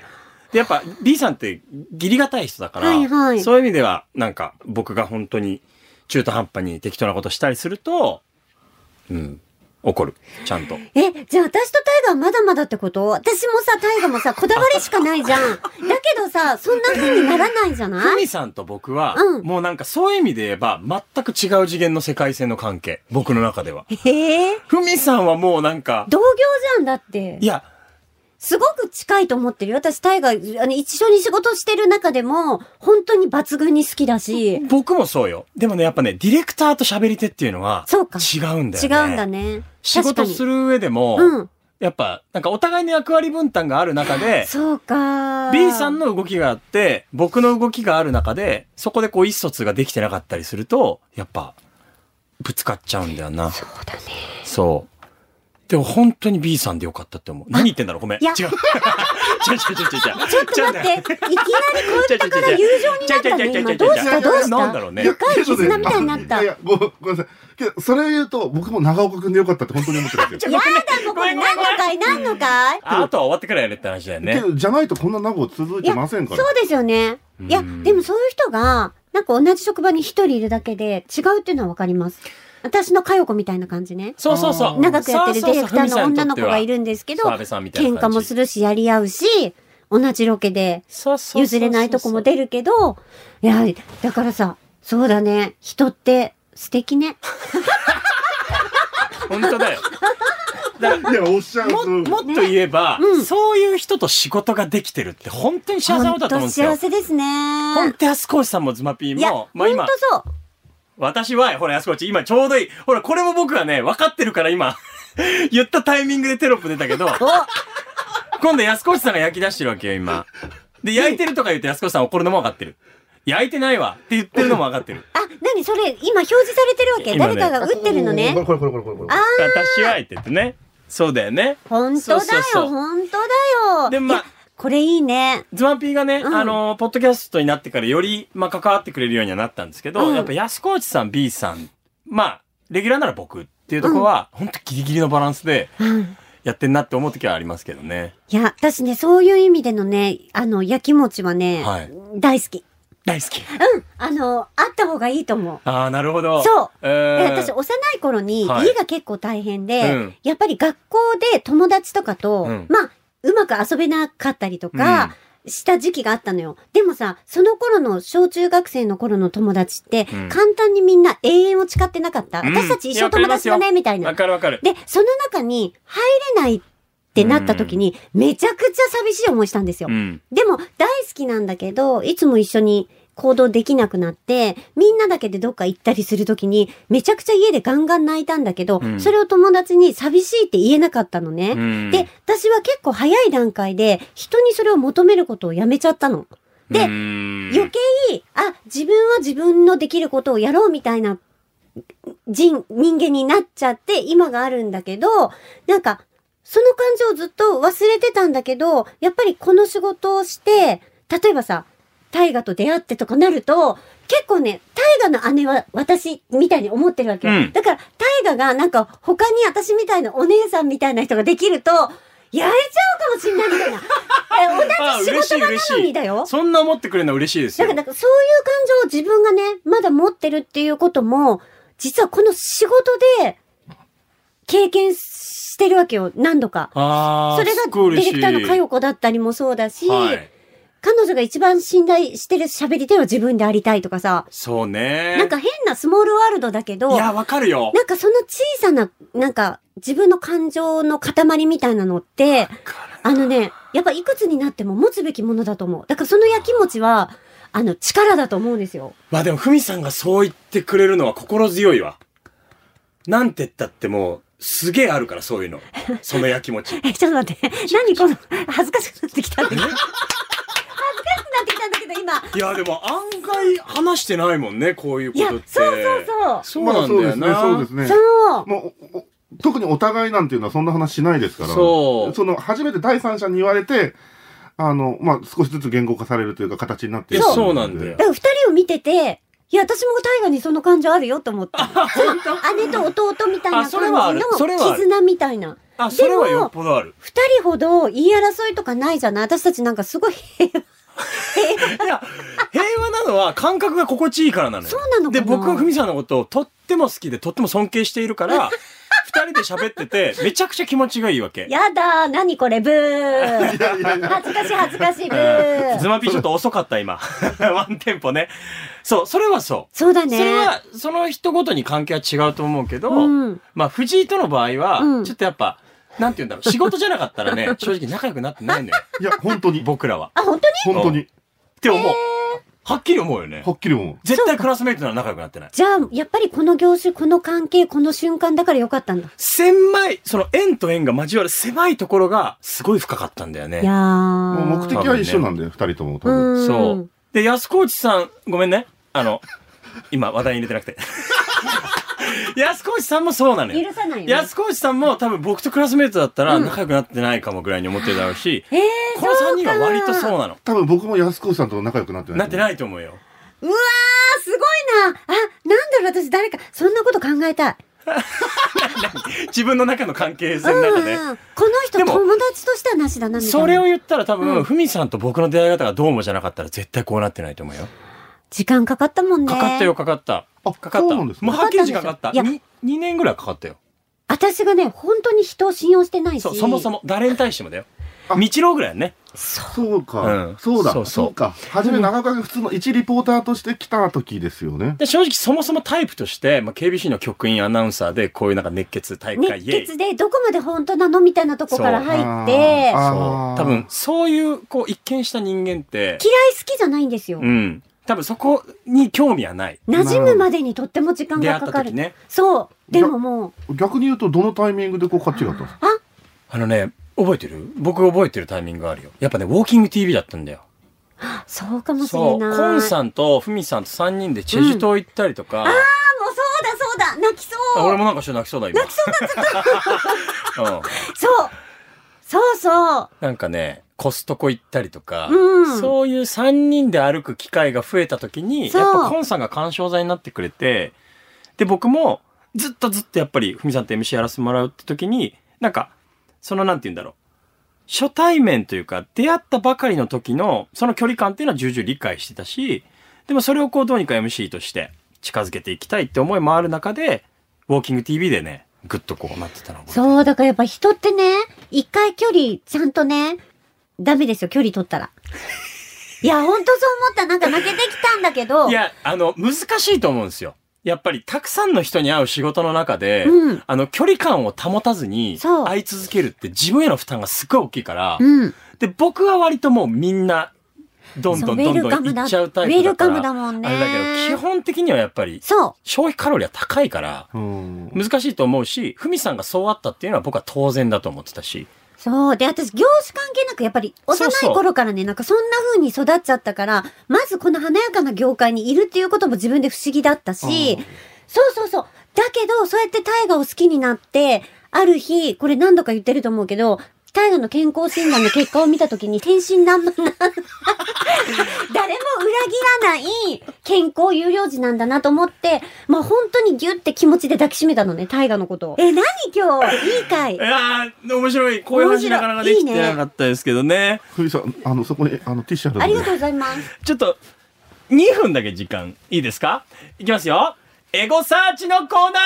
Speaker 2: で、やっぱ、B さんって、義理がたい人だから、
Speaker 3: はいはい
Speaker 2: そういう意味では、なんか、僕が本当に、中途半端に適当なことしたりすると、うん、怒る。ちゃんと。
Speaker 3: え、じゃあ私とタイガーまだまだってこと私もさ、タイガーもさ、こだわりしかない じゃん。だけどさ、そんな風にならないじゃな
Speaker 2: ふ
Speaker 3: い
Speaker 2: みさんと僕は、
Speaker 3: うん
Speaker 2: もうなんかそういう意味で言えば、全く違う次元の世界線の関係。僕の中では。
Speaker 3: へえ。
Speaker 2: ふみさんはもうなんか、
Speaker 3: 同業じゃんだって
Speaker 2: い。や、
Speaker 3: すごく近いと思ってるよ。私、タイガー、あの、一緒に仕事してる中でも、本当に抜群に好きだし、
Speaker 2: 僕もそうよ。でもね、やっぱね、ディレクターと喋り手っていうのは、
Speaker 3: そうか
Speaker 2: 違うんだよね。
Speaker 3: 違うんだね。
Speaker 2: 仕事
Speaker 3: 確かに
Speaker 2: する上でも、
Speaker 3: うん
Speaker 2: やっぱ、なんかお互いの役割分担がある中で、
Speaker 3: そうか。
Speaker 2: B さんの動きがあって、僕の動きがある中で、そこでこう意思疎通ができてなかったりすると、やっぱ、ぶつかっちゃうんだよな。
Speaker 3: そうだね。
Speaker 2: そう。でも本当に B さんでよかったって思う。何言ってんだろうごめん。
Speaker 3: い
Speaker 2: 違
Speaker 3: や
Speaker 2: う。 違う違う違う違う。ちょっ
Speaker 3: ちょっと待 って、いきなりこういったから友情になったね。今どうしたどうした
Speaker 2: なんだろうね。
Speaker 3: 深い絆みたいになった
Speaker 4: いやいやごごめんなさい。けど、それ言うと、僕も長岡くんでよかったって本当に思ってるんですよ。
Speaker 3: やだもうこれ何の回何の回
Speaker 2: ああとは終わってからやれって話だよ
Speaker 4: け
Speaker 2: ね。
Speaker 4: ど、じゃないとこんな長岡続い
Speaker 3: いや
Speaker 4: てませんから。
Speaker 3: そうですよね。いや、でもそういう人が、なんか同じ職場に一人いるだけで違うっていうのはわかります。私の佳代子みたいな感じね。
Speaker 2: そうそうそう。
Speaker 3: 長くやってるディレクターの女の子がい
Speaker 2: んで
Speaker 3: るんですけど、
Speaker 2: 澤部さんみたい
Speaker 3: 喧
Speaker 2: な感
Speaker 3: 嘩
Speaker 2: じ
Speaker 3: もするし、やり合うし、同じロケで譲れないとこも出るけど、いや、だからさ、そうだね、人って素敵ね。
Speaker 2: 本当 だよ。だ
Speaker 4: いや、おっしゃる
Speaker 2: も
Speaker 4: 通り。
Speaker 2: もっと言えば、
Speaker 3: うん
Speaker 2: そういう人と仕事ができてるって本当に幸せなことだと思うんですよ
Speaker 3: 本当幸。せですね。
Speaker 2: 本当安越さんもズマピー
Speaker 3: いや、
Speaker 2: も
Speaker 3: 本、
Speaker 2: まあ今
Speaker 3: 当、そう。
Speaker 2: 私は、ほら安越、今ちょうどいい。ほら、これも僕はね、分かってるから今、 言ったタイミングでテロップ出たけど、今度安越さんが焼き出してるわけよ、今。で、焼いてるとか言って安越さん怒るのも分かってる。焼いてないわって言ってるのも分かってる。
Speaker 3: あ、なにそれ、今表示されてるわけ、
Speaker 2: 今ね
Speaker 3: 誰かが打ってるのね
Speaker 4: こ。れこれこれこれこれこれ。
Speaker 2: 私はって言ってね。そうだよね。
Speaker 3: 本当
Speaker 2: そう
Speaker 3: だ
Speaker 2: そうそ
Speaker 3: よ、
Speaker 2: う
Speaker 3: 本当だ
Speaker 2: で
Speaker 3: よ。い
Speaker 2: まあ
Speaker 3: や、これいいね。
Speaker 2: ズマピーがね、
Speaker 3: うん
Speaker 2: あの、ポッドキャストになってからより、まあ、関わってくれるようにはなったんですけど、
Speaker 3: うん
Speaker 2: やっぱ安河内さん、B さん、まあ、レギュラーなら僕っていうところは、ほんとギリギリのバランスで
Speaker 3: うん
Speaker 2: やってんなって思う時はありますけどね。
Speaker 3: いや、私ね、そういう意味でのね、あの、焼き餅はね、
Speaker 2: はい
Speaker 3: 大好き。
Speaker 2: 大好き。
Speaker 3: うん、あの、あった方がいいと思う。
Speaker 2: ああ、なるほど。
Speaker 3: そう
Speaker 2: えー、
Speaker 3: で私、幼い頃に、
Speaker 2: はい
Speaker 3: 家が結構大変で、
Speaker 2: うん
Speaker 3: やっぱり学校で友達とかと、
Speaker 2: うん
Speaker 3: まあ、うまく遊べなかったりとか、した時期があったのよ。でもさ、その頃の小中学生の頃の友達って、
Speaker 2: うん
Speaker 3: 簡単にみんな永遠を誓ってなかった。
Speaker 2: うん
Speaker 3: 私たち一
Speaker 2: いやわ
Speaker 3: 生
Speaker 2: かり
Speaker 3: 友
Speaker 2: ます
Speaker 3: 達
Speaker 2: よ
Speaker 3: だね、みたいな
Speaker 2: わ。かるわかる。
Speaker 3: で、その中に入れないってなった時に、めちゃくちゃ寂しい思いしたんですよ。
Speaker 2: うん。
Speaker 3: でも、大好きなんだけど、いつも一緒に行動できなくなって、みんなだけでどっか行ったりする時に、めちゃくちゃ家でガンガン泣いたんだけど、
Speaker 2: うん
Speaker 3: それを友達に寂しいって言えなかったのね。
Speaker 2: うん
Speaker 3: で、私は結構早い段階で、人にそれを求めることをやめちゃったの。で
Speaker 2: うーん
Speaker 3: 余計、あ、自分は自分のできることをやろうみたいな人、人間になっちゃって今があるんだけど、なんか、その感情をずっと忘れてたんだけど、やっぱりこの仕事をして、例えばさ、大河と出会ってとかなると、結構ね、大河の姉は私みたいに思ってるわけよ。
Speaker 2: うん
Speaker 3: だから、大河がなんか他に私みたいなお姉さんみたいな人ができると、やれちゃうかもしんないみたいな。
Speaker 2: あ
Speaker 3: え同じ仕事場なのにだよ。
Speaker 2: そんな思ってくれるのは嬉しいです
Speaker 3: だ
Speaker 2: よ
Speaker 3: から、。だからそういう感情を自分がね、まだ持ってるっていうことも、実はこの仕事で、経験してるわけよ、何度か。
Speaker 2: ああ、
Speaker 3: それ
Speaker 2: すっご
Speaker 3: が
Speaker 2: い
Speaker 3: デ
Speaker 2: 嬉し
Speaker 3: ィレ
Speaker 2: い
Speaker 3: クターの佳代子だったりもそうだし、
Speaker 2: はい。
Speaker 3: 彼女が一番信頼してる喋り手は自分でありたいとかさ、
Speaker 2: そうね。
Speaker 3: なんか変なスモールワールドだけど、
Speaker 2: いや、わかるよ。
Speaker 3: なんかその小さな、なんか自分の感情の塊みたいなのって、あのね、やっぱいくつになっても持つべきものだと思う。だからそのやきもちは、あの力だと思うんですよ。
Speaker 2: まあでも、ふみさんがそう言ってくれるのは心強いわ。なんて言ったってもう、すげえあるから、そういう の。そのやきもち。
Speaker 3: え、ちょっと 待って。何この、恥ずかしくなってきたんだけど。恥ずかしくなってきたんだけど、今。
Speaker 2: いや、でも案外話してないもんね、こういうこ
Speaker 3: いや、
Speaker 2: と
Speaker 3: そ
Speaker 2: っ
Speaker 3: う
Speaker 2: て。
Speaker 3: そうそ
Speaker 2: そうなんだよな。
Speaker 4: まあそうですね、
Speaker 3: う。
Speaker 4: そ
Speaker 3: そう
Speaker 4: ですね。
Speaker 3: う。
Speaker 4: もうおお特にお互いなんていうのはそんな話しないですから。
Speaker 2: そう
Speaker 4: その、初めて第三者に言われて、あの、まあ、少しずつ言語化されるというか形になってい
Speaker 2: いやそうなんだよ
Speaker 3: だから二人を見てて、いや、私も大河にその感情あるよと思った。そう姉と弟みたい
Speaker 2: あ
Speaker 3: な
Speaker 2: それはあ
Speaker 3: 感
Speaker 2: る
Speaker 3: じ
Speaker 2: それ
Speaker 3: の
Speaker 2: はある
Speaker 3: 絆みたいな。
Speaker 2: あ、それはよっぽどある。
Speaker 3: 二人ほど言い争いとかないじゃない私たちなんかすごい平和。
Speaker 2: いや、平和なのは感覚が心地いいからなのよ。
Speaker 3: そうなのかな
Speaker 2: で、僕はふみさんのことをとっても好きで、とっても尊敬している から、二人で喋ってて、めちゃくちゃ気持ちがいいわけ。
Speaker 3: やだー、何こ れ、ブー。
Speaker 4: いやいやいや。
Speaker 3: 恥ずかしい恥ずかしい、
Speaker 2: ズ
Speaker 3: ブー。
Speaker 2: マピーちょっと遅かった、今。 ワンテンポね。そう、それはそう。
Speaker 3: そうだね。
Speaker 2: それは、その人ごとに関係は違うと思うけど、
Speaker 3: うん
Speaker 2: まあ、藤井との場合は、
Speaker 3: うん
Speaker 2: ちょっとやっぱ、なんて言うんだろう、仕事じゃなかった らね、正直仲良くなってないのよ。
Speaker 4: いや、本当に。
Speaker 2: 僕らは。
Speaker 3: あ、本当に
Speaker 4: 本当に。
Speaker 2: って思う。はっきり思うよね
Speaker 4: は。っきり思う。
Speaker 2: 絶対クラスメイトなら仲良くなってない。
Speaker 3: じゃあ、やっぱりこの業種、この関係、この瞬間だからよかったんだ。
Speaker 2: 狭い、その円と円が交わる狭いところがすごい深かったんだよね。
Speaker 3: いやー。
Speaker 4: もう目的は一緒なんだよ、二人とも多分。
Speaker 3: うん
Speaker 2: そう。で、安河内さん、ごめんね。あの、今、話題に入れてなく て。安河内さんもそうなのよ。
Speaker 3: 許さないよ、ね。
Speaker 2: 安河内さんも多分僕とクラスメートだったら
Speaker 3: うん
Speaker 2: 仲良くなってないかもぐらいに思ってるだろうし、
Speaker 3: えー、
Speaker 2: この3人は割と
Speaker 3: そうか
Speaker 2: そうなの。
Speaker 4: 多分僕も安子さんと仲良くなってない。
Speaker 2: なってないと思うよ。
Speaker 3: うわー、すごいな。あ、なんだろう、私誰か、そんなこと考えたい。
Speaker 2: 自分の中の関係性
Speaker 3: う
Speaker 2: の
Speaker 3: ん
Speaker 2: 中
Speaker 3: う
Speaker 2: で。
Speaker 3: んうん。この人
Speaker 2: でも
Speaker 3: 友達としてはなしだな、みたいな。
Speaker 2: それを言ったら多
Speaker 3: う
Speaker 2: 分、
Speaker 3: ん
Speaker 2: ふみさんと僕の出会い方がどうもじゃなかったら絶対こうなってないと思うよ。
Speaker 3: 時間かかったもんね。
Speaker 2: かかったよ、。かかった。
Speaker 4: あ
Speaker 2: かか
Speaker 4: そ
Speaker 2: っ
Speaker 4: う
Speaker 2: た。
Speaker 4: なんですか
Speaker 2: もうはっきり時間かかった。
Speaker 3: いや
Speaker 2: 2年ぐらいかかったよ。
Speaker 3: 私がね、本当に人を信用してないし。
Speaker 2: そう、そもそ。も誰に対してもだよ。
Speaker 4: あ
Speaker 2: 道郎ぐらいやね。
Speaker 4: そうか、
Speaker 2: うん
Speaker 4: そうだ
Speaker 2: そ
Speaker 4: そうう
Speaker 2: そう
Speaker 4: か初め長岡が普通の一リポーターとして来た時ですよね、
Speaker 2: で正直そもそもタイプとして、まあ、KBC の局員アナウンサーでこういうなんか熱血体育会
Speaker 3: 熱
Speaker 2: イエイ
Speaker 3: 血でどこまで本当なのみたいなとこから入って、嫌い
Speaker 4: あー
Speaker 2: そう多分そういうこう一見した人間って
Speaker 3: 好きじゃないんですよ
Speaker 2: う。ん多分そこに興味はない
Speaker 3: 馴染むまでにとっても時間
Speaker 2: 出会
Speaker 3: が
Speaker 2: っ
Speaker 3: か
Speaker 2: た
Speaker 3: かる。
Speaker 2: 時ね
Speaker 3: そう。でももう、
Speaker 4: 逆に言うとどのタイミングでこう勝ちがあったんですか
Speaker 2: あのね覚えてる僕覚えてるタイミングがあるよやっぱねウォーキング TV だったんだよ
Speaker 3: そうかもし
Speaker 2: そ
Speaker 3: れ
Speaker 2: う
Speaker 3: ない。
Speaker 2: コン
Speaker 3: あ、もう
Speaker 2: さんとフミさんと3人でチェジュ島行ったりとか、
Speaker 3: そうだそうだ泣きそう
Speaker 2: 俺もなんかちょっと泣きそうだ今泣きそうだうん
Speaker 3: そうそうそう
Speaker 2: なんかね、コストコ行ったりとか、
Speaker 3: うん
Speaker 2: そういう3人で歩く機会が増えた時に、
Speaker 3: そう
Speaker 2: やっぱコンさんが干渉剤になってくれて、で、僕もずっとずっとやっぱり、ふみさんと MC やらせてもらうって時に、なんか、そのなんて言うんだろう。初対面というか、出会ったばかりの時の、その距離感っていうのは重々理解してたし、でもそれをこうどうにか MC として近づけていきたいって思いもある中で、ウォーキング TV でね、ぐっとこうなってたのを覚えてる。
Speaker 3: そう、だからやっぱ人ってね、一回距離、ちゃんとね、ダメですよ、距離取ったら。いや、ほんとそう思った。なんか泣けてきたんだけど。
Speaker 2: いや、あの、難しいと思うんですよ。やっぱり、たくさんの人に会う仕事の中で、
Speaker 3: うん
Speaker 2: あの、距離感を保たずに、
Speaker 3: そう
Speaker 2: 会い続けるって自分への負担がすっごい大きいから、
Speaker 3: うん。
Speaker 2: で、僕は割ともうみんな、どん
Speaker 3: そ
Speaker 2: ど
Speaker 3: うんウェ
Speaker 2: どんど
Speaker 3: ルカム
Speaker 2: ん
Speaker 3: だ
Speaker 2: 行っちゃうタイプだから。
Speaker 3: ウェルカムだもんね
Speaker 2: あれだけど、基本的にはやっぱり、
Speaker 3: そ
Speaker 2: 消費カロリーは高いから、
Speaker 4: うん
Speaker 2: 難しいと思うし、ふみさんがそうあったっていうのは僕は当然だと思ってたし、
Speaker 3: う。そう。で、私、業種関係なく、やっぱり、幼
Speaker 2: そうそう
Speaker 3: い頃からね、なんかそんな風に育っちゃったから、まずこの華やかな業界にいるっていうことも自分で不思議だったし、そうそうそう。だけど、そうやって大河を好きになって、ある日、これ何度か言ってると思うけど、大河の健康診断の結果を見たときに、天真爛漫な誰も裏切らない健康有料児なんだなと思って、まあ本当にギュって気持ちで抱きしめたのね、大河のことを。え、何今日いいかい
Speaker 2: いやー、面白い。こういう話なかなかできてなかったですけどね
Speaker 4: 冬さんあのそこにあのティッシュあるの
Speaker 3: あり
Speaker 4: で
Speaker 3: がとうございます。
Speaker 2: ちょっと、2分だけ時間、いいですかいきますよ。エゴサーチのコーナ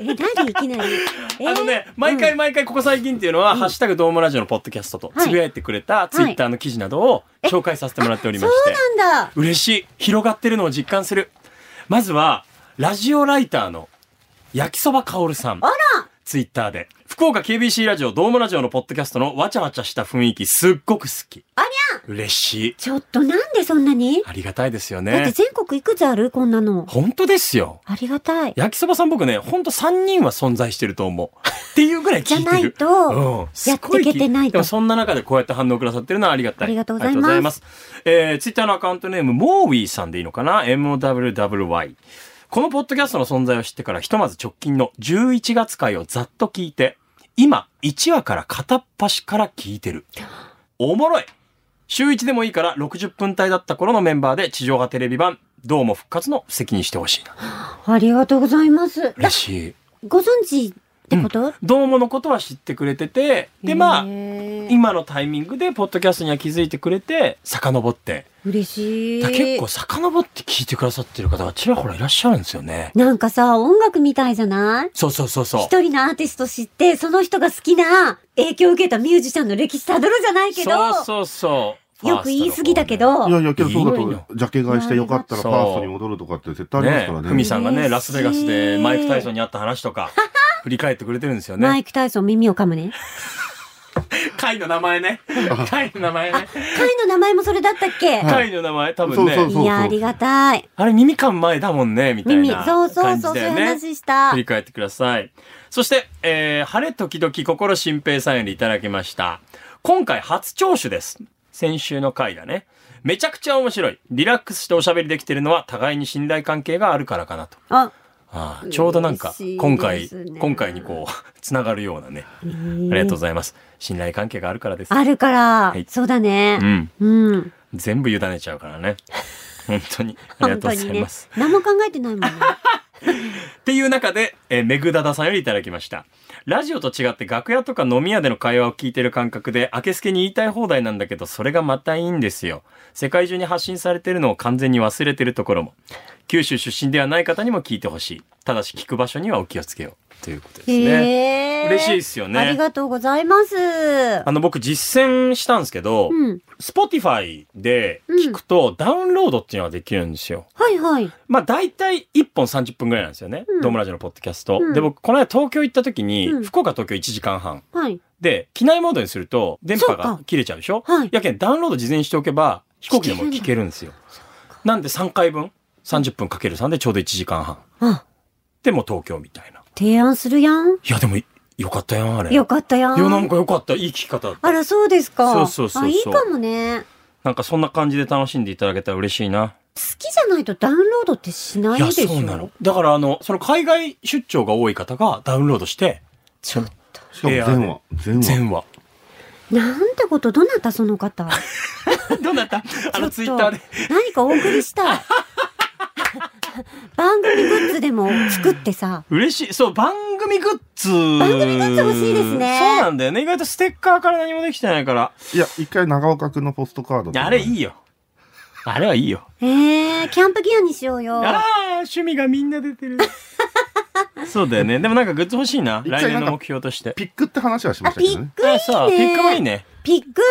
Speaker 3: え、何いきなり。え
Speaker 2: ーあのね、毎回毎回ここ最近っていうのは、ハッシュタグドームラジオのポッドキャストと、
Speaker 3: はい
Speaker 2: つぶやいてくれたツイッターの記事などを紹介させてもらっておりまして、
Speaker 3: そうなんだ。
Speaker 2: 嬉しい。広がってるのを実感する。まずは、ラジオライターの焼きそばかおるさん。
Speaker 3: あら
Speaker 2: ツイッターで。福岡 KBC ラジオ、ドームラジオのポッドキャストのわちゃわちゃした雰囲気、すっごく好き。
Speaker 3: ありゃ
Speaker 2: 嬉しい。
Speaker 3: ちょっとなんでそんなに
Speaker 2: ありがたいですよ
Speaker 3: だって
Speaker 2: ね。
Speaker 3: 全国いくつあるこんなの。
Speaker 2: 本当ですよ。
Speaker 3: ありがたい。
Speaker 2: 焼きそばさん僕ね、ほんと3人は存在してると思う。 っていうぐらい聞いてる。
Speaker 3: じゃないと
Speaker 2: うん、すご
Speaker 3: やっていけてないと
Speaker 2: でもそんな中でこうやって反応くださってるのはありがたい。
Speaker 3: ありがとうござ
Speaker 2: あ
Speaker 3: います
Speaker 2: りがとうございますえー、ツイッターのアカウントネーム、モーウィーさんでいいのかな ?MWWY。このポッドキャストの存在を知ってから、ひとまず直近の11月回をざっと聞いて、今、1話から片っ端から聞いてる。おもろい週1でもいいから60分帯だった頃のメンバーで地上波テレビ版、どうも復活の席にしてほしいな。
Speaker 3: ありがとうございます。だ
Speaker 2: 嬉しい。
Speaker 3: ご存知ってこと、
Speaker 2: どうものことは知ってくれてて、で、まあ、
Speaker 3: へー
Speaker 2: 今のタイミングで、ポッドキャストには気づいてくれて、遡って。
Speaker 3: 嬉しい。
Speaker 2: だ結構、遡って聞いてくださってる方がちらほらいらっしゃるんですよね。
Speaker 3: なんかさ、音楽みたいじゃない
Speaker 2: そうそうそうそう。
Speaker 3: 一人のアーティスト知って、その人が好きな影響を受けたミュージシャンの歴史たどるじゃないけど、
Speaker 2: そうそうそう。
Speaker 3: よく言い過ぎだけど、
Speaker 4: いやいやけどそう
Speaker 2: いいの
Speaker 4: だとジャケ買いしてよかったら
Speaker 2: そ
Speaker 4: フ
Speaker 2: う
Speaker 4: ァーストに戻るとかって絶対あ
Speaker 2: ファーストの方ねね
Speaker 4: りますからね
Speaker 2: ふみさんがね、
Speaker 3: 嬉しい
Speaker 2: ラスベガスでマイク・タイ ソンに会った話とか、振り返ってくれてるんですよ
Speaker 3: マイ
Speaker 2: ね。
Speaker 3: ク・タイソン耳を噛むね。
Speaker 2: 会の名前 ね。会の名前
Speaker 3: あ
Speaker 2: ね、。
Speaker 3: 会の名前もそれだったっけ、
Speaker 4: はい
Speaker 2: 会の名前、多分ね。
Speaker 4: そうそうそう
Speaker 3: いや、ありがたい。
Speaker 2: あれ耳かん前だもんね、みたい
Speaker 3: 耳、
Speaker 2: な
Speaker 3: そうそう
Speaker 2: 感じ
Speaker 3: そう、そう
Speaker 2: だ
Speaker 3: いう
Speaker 2: よね。
Speaker 3: 話した。
Speaker 2: 振り返ってください。そして、えー晴れ時々心心平さんよりいただきました。今回初聴取です。先週の回だね。めちゃくちゃ面白い。リラックスしておしゃべりできてるのは互いに信頼関係があるからかなと。
Speaker 3: あ、
Speaker 2: ああちょうどなんか
Speaker 3: 嬉しい
Speaker 2: 今回、
Speaker 3: ですね
Speaker 2: 今回にこ うつながるようなね
Speaker 3: あ
Speaker 2: ありがとうございます信頼関係があるからです、
Speaker 3: あるから、
Speaker 2: はい
Speaker 3: そうだ
Speaker 2: う
Speaker 3: ね。
Speaker 2: ん、
Speaker 3: うん。
Speaker 2: 全部委ねちゃうからね本当 にありが
Speaker 3: 本
Speaker 2: と
Speaker 3: 当
Speaker 2: うござ
Speaker 3: に
Speaker 2: い
Speaker 3: ね
Speaker 2: ます、。
Speaker 3: 何も考えてないもんね。
Speaker 2: っていう中で、えー、メグダダさんよりいただきました。ラジオと違って楽屋とか飲み屋での会話を聞いてる感覚で、明けすけに言いたい放題なんだけど、それがまたいいんですよ。世界中に発信されてるのを完全に忘れてるところも。九州出身ではない方にも聞いてほしい。ただし聞く場所にはお気をつけよう。ということです ね。
Speaker 3: へえ。
Speaker 2: 嬉しいですよね
Speaker 3: ありがとうございます。
Speaker 2: あの、僕実践したんですけど、
Speaker 3: うん。
Speaker 2: Spotify で聞くとダウンロードっていうのができるんですよ。
Speaker 3: はいはい。
Speaker 2: まあ大体1本30分ぐらいなんですよね。
Speaker 3: うん
Speaker 2: ドームラジオのポッドキャスト。
Speaker 3: うん
Speaker 2: で、僕、この間東京行った時に、
Speaker 3: うん
Speaker 2: 福岡東京1時間半。
Speaker 3: はい。
Speaker 2: で、機内モードにすると電波
Speaker 3: そう
Speaker 2: が
Speaker 3: か
Speaker 2: 切れちゃうでしょ
Speaker 3: はい
Speaker 2: やけん、ダウンロード事前にしておけば、飛行機でも聞けるんですよ。なんで3回分、30分かける3でちょうど1時間半。
Speaker 3: あ、
Speaker 2: で、もう東京みたいな。
Speaker 3: 提案するやん。
Speaker 2: いや、でも、よかったやん、あれ。
Speaker 3: よかったや
Speaker 2: いや、なん
Speaker 3: ん。
Speaker 2: かよかった。いい聞き方だった
Speaker 3: あら、そうですか。
Speaker 2: そうそうそうそう
Speaker 3: あ、いいかもね。
Speaker 2: なんかそんな感じで楽しんでいただけたら嬉しいな。
Speaker 3: 好きじゃないとダウンロードってしない
Speaker 2: いや、
Speaker 3: でしょ。
Speaker 2: そうなの。だから、あの、その海外出張が多い方がダウンロードして、その、
Speaker 4: しかも全話。全話。
Speaker 2: 全話。
Speaker 3: なんてこと、どなたその方。
Speaker 2: どうなった あのツイッターで。
Speaker 3: 何かお送りしたい。番組グッズでも作ってさ。
Speaker 2: 嬉しい。そう、番組グッズ。番
Speaker 3: 組グッズ欲しいですね
Speaker 2: そうなんだよね。意外とステッカーから何もできてないから。
Speaker 4: いや、一回長岡くんのポストカード
Speaker 2: いやあれい
Speaker 4: い
Speaker 2: いよ。あれはいいよ。
Speaker 3: えー、キャンプギアにしようよ。
Speaker 2: ああ、趣味がみんな出てる。そうだよね。でもなんかグッズ欲しいな。
Speaker 4: 一回な
Speaker 2: 来
Speaker 4: んか
Speaker 2: 年の目標として。
Speaker 4: ピックって話はしま
Speaker 3: あ、
Speaker 4: したけ
Speaker 3: ピッ
Speaker 4: どね。
Speaker 3: クいいね。
Speaker 2: あそうピックもいいね。
Speaker 3: ピック、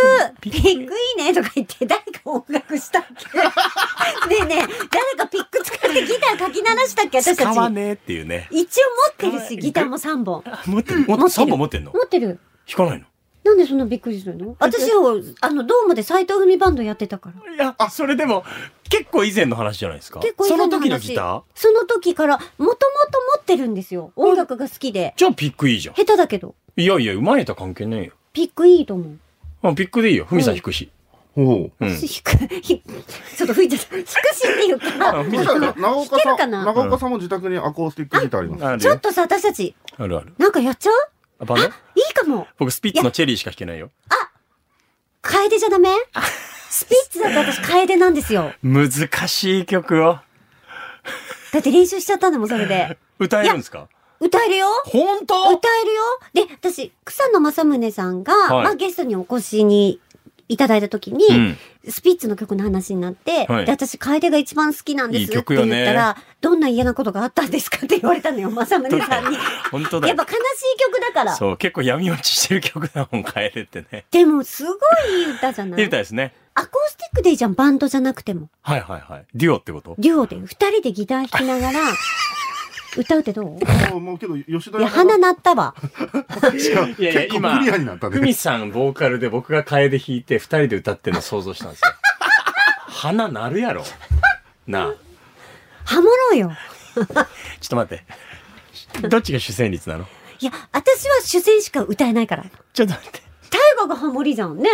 Speaker 2: ピ
Speaker 3: ピ
Speaker 2: ッ
Speaker 3: ッ
Speaker 2: ク
Speaker 3: クいいねとか言って、誰か音楽したっけねえねえ、誰かピック使ってギターかき鳴らしたっけ私
Speaker 2: 使
Speaker 3: たち。
Speaker 2: わねえっていうね。
Speaker 3: 一応持ってるし、ギターも3本。
Speaker 2: あ持ってる。持っ
Speaker 3: 持っててる
Speaker 2: 3本持ってんの
Speaker 3: 持ってる。
Speaker 2: 弾かないの
Speaker 3: なんでそんなびっくりするの私を、あの、ドームで斎藤組バンドやってたから。
Speaker 2: いや、それでも、結構以前の話じゃないですか。
Speaker 3: 結構以
Speaker 2: そ
Speaker 3: 前
Speaker 2: の
Speaker 3: の話
Speaker 2: 時のギター
Speaker 3: その時から、もともと持ってるんですよ。音楽が好きで。
Speaker 2: じゃあピックいいじゃん。
Speaker 3: 下手だけど。
Speaker 2: いやいや、うまいと関係ないよ。
Speaker 3: ピックいいと思う。
Speaker 2: まあ、ピックでいいよ。ふみさん弾くし。
Speaker 4: ほう。
Speaker 2: うん。
Speaker 3: 低く、ひ ちょっと吹いちゃった。低しっていう
Speaker 2: あ
Speaker 3: か、
Speaker 2: 吹い
Speaker 4: そ
Speaker 2: ち
Speaker 4: し
Speaker 2: ゃったた
Speaker 4: ら長岡
Speaker 3: 弾け
Speaker 4: さ
Speaker 3: るか
Speaker 4: ん、
Speaker 3: な
Speaker 4: 長岡さんも自宅にアコースティックギターあります。
Speaker 2: ある
Speaker 3: ちょ
Speaker 2: よ
Speaker 3: っ。とさ、私たち、
Speaker 2: あるある。
Speaker 3: なんかやっちゃう
Speaker 2: あ、バンド
Speaker 3: いいかも。
Speaker 2: 僕、スピッツのチェリーしか弾けないよ。
Speaker 3: 楓じゃダメスピッツだと私楓なんですよ。
Speaker 2: 難しい曲を。
Speaker 3: だって練習しちゃったんだもん、それで。
Speaker 2: 歌えるんですか
Speaker 3: 歌えるよ
Speaker 2: 本
Speaker 3: 歌
Speaker 2: 当
Speaker 3: えるよで、私、草野正宗さんが、
Speaker 2: はい
Speaker 3: まあゲストにお越しにいただいた時に、
Speaker 2: うん
Speaker 3: スピッツの曲の話になって、
Speaker 2: はい
Speaker 3: で、私、楓が一番好きなんです
Speaker 2: いい
Speaker 3: って
Speaker 2: 曲よ
Speaker 3: 言っ
Speaker 2: ね
Speaker 3: たら、どんな嫌なことがあったんですかって言われたのよ、正宗さんに。
Speaker 2: 本当だ
Speaker 3: やっ
Speaker 2: よ
Speaker 3: ぱ。悲しい曲だから。
Speaker 2: そう、結構闇落ちしてる曲だもん、変えるってね。
Speaker 3: でも、すごいいい歌じゃな
Speaker 2: って
Speaker 3: い
Speaker 2: 歌ですね。
Speaker 3: アコースティックでいいじゃん、バンドじゃなくても。
Speaker 2: はいはいはい。デュオってこと
Speaker 3: デュオで、二人でギター弾きなが ら、歌うってどう
Speaker 4: もう、もうけど、吉田
Speaker 3: いや、
Speaker 4: 屋
Speaker 3: 鼻鳴ったわ。
Speaker 4: が結
Speaker 2: いやいや今
Speaker 4: 構クリアになった
Speaker 2: ふみ
Speaker 4: ね。
Speaker 2: さん、ボーカルで僕が替えで弾いて、二人で歌ってるの想像したんですよ。鼻鳴るやろ。なあ。
Speaker 3: ハモろうよ。
Speaker 2: ちょっと待って。どっちが主旋律なの
Speaker 3: いや、私は主戦しか歌えないから。
Speaker 2: ちょっと待って。
Speaker 3: タイガがハモリじゃんね。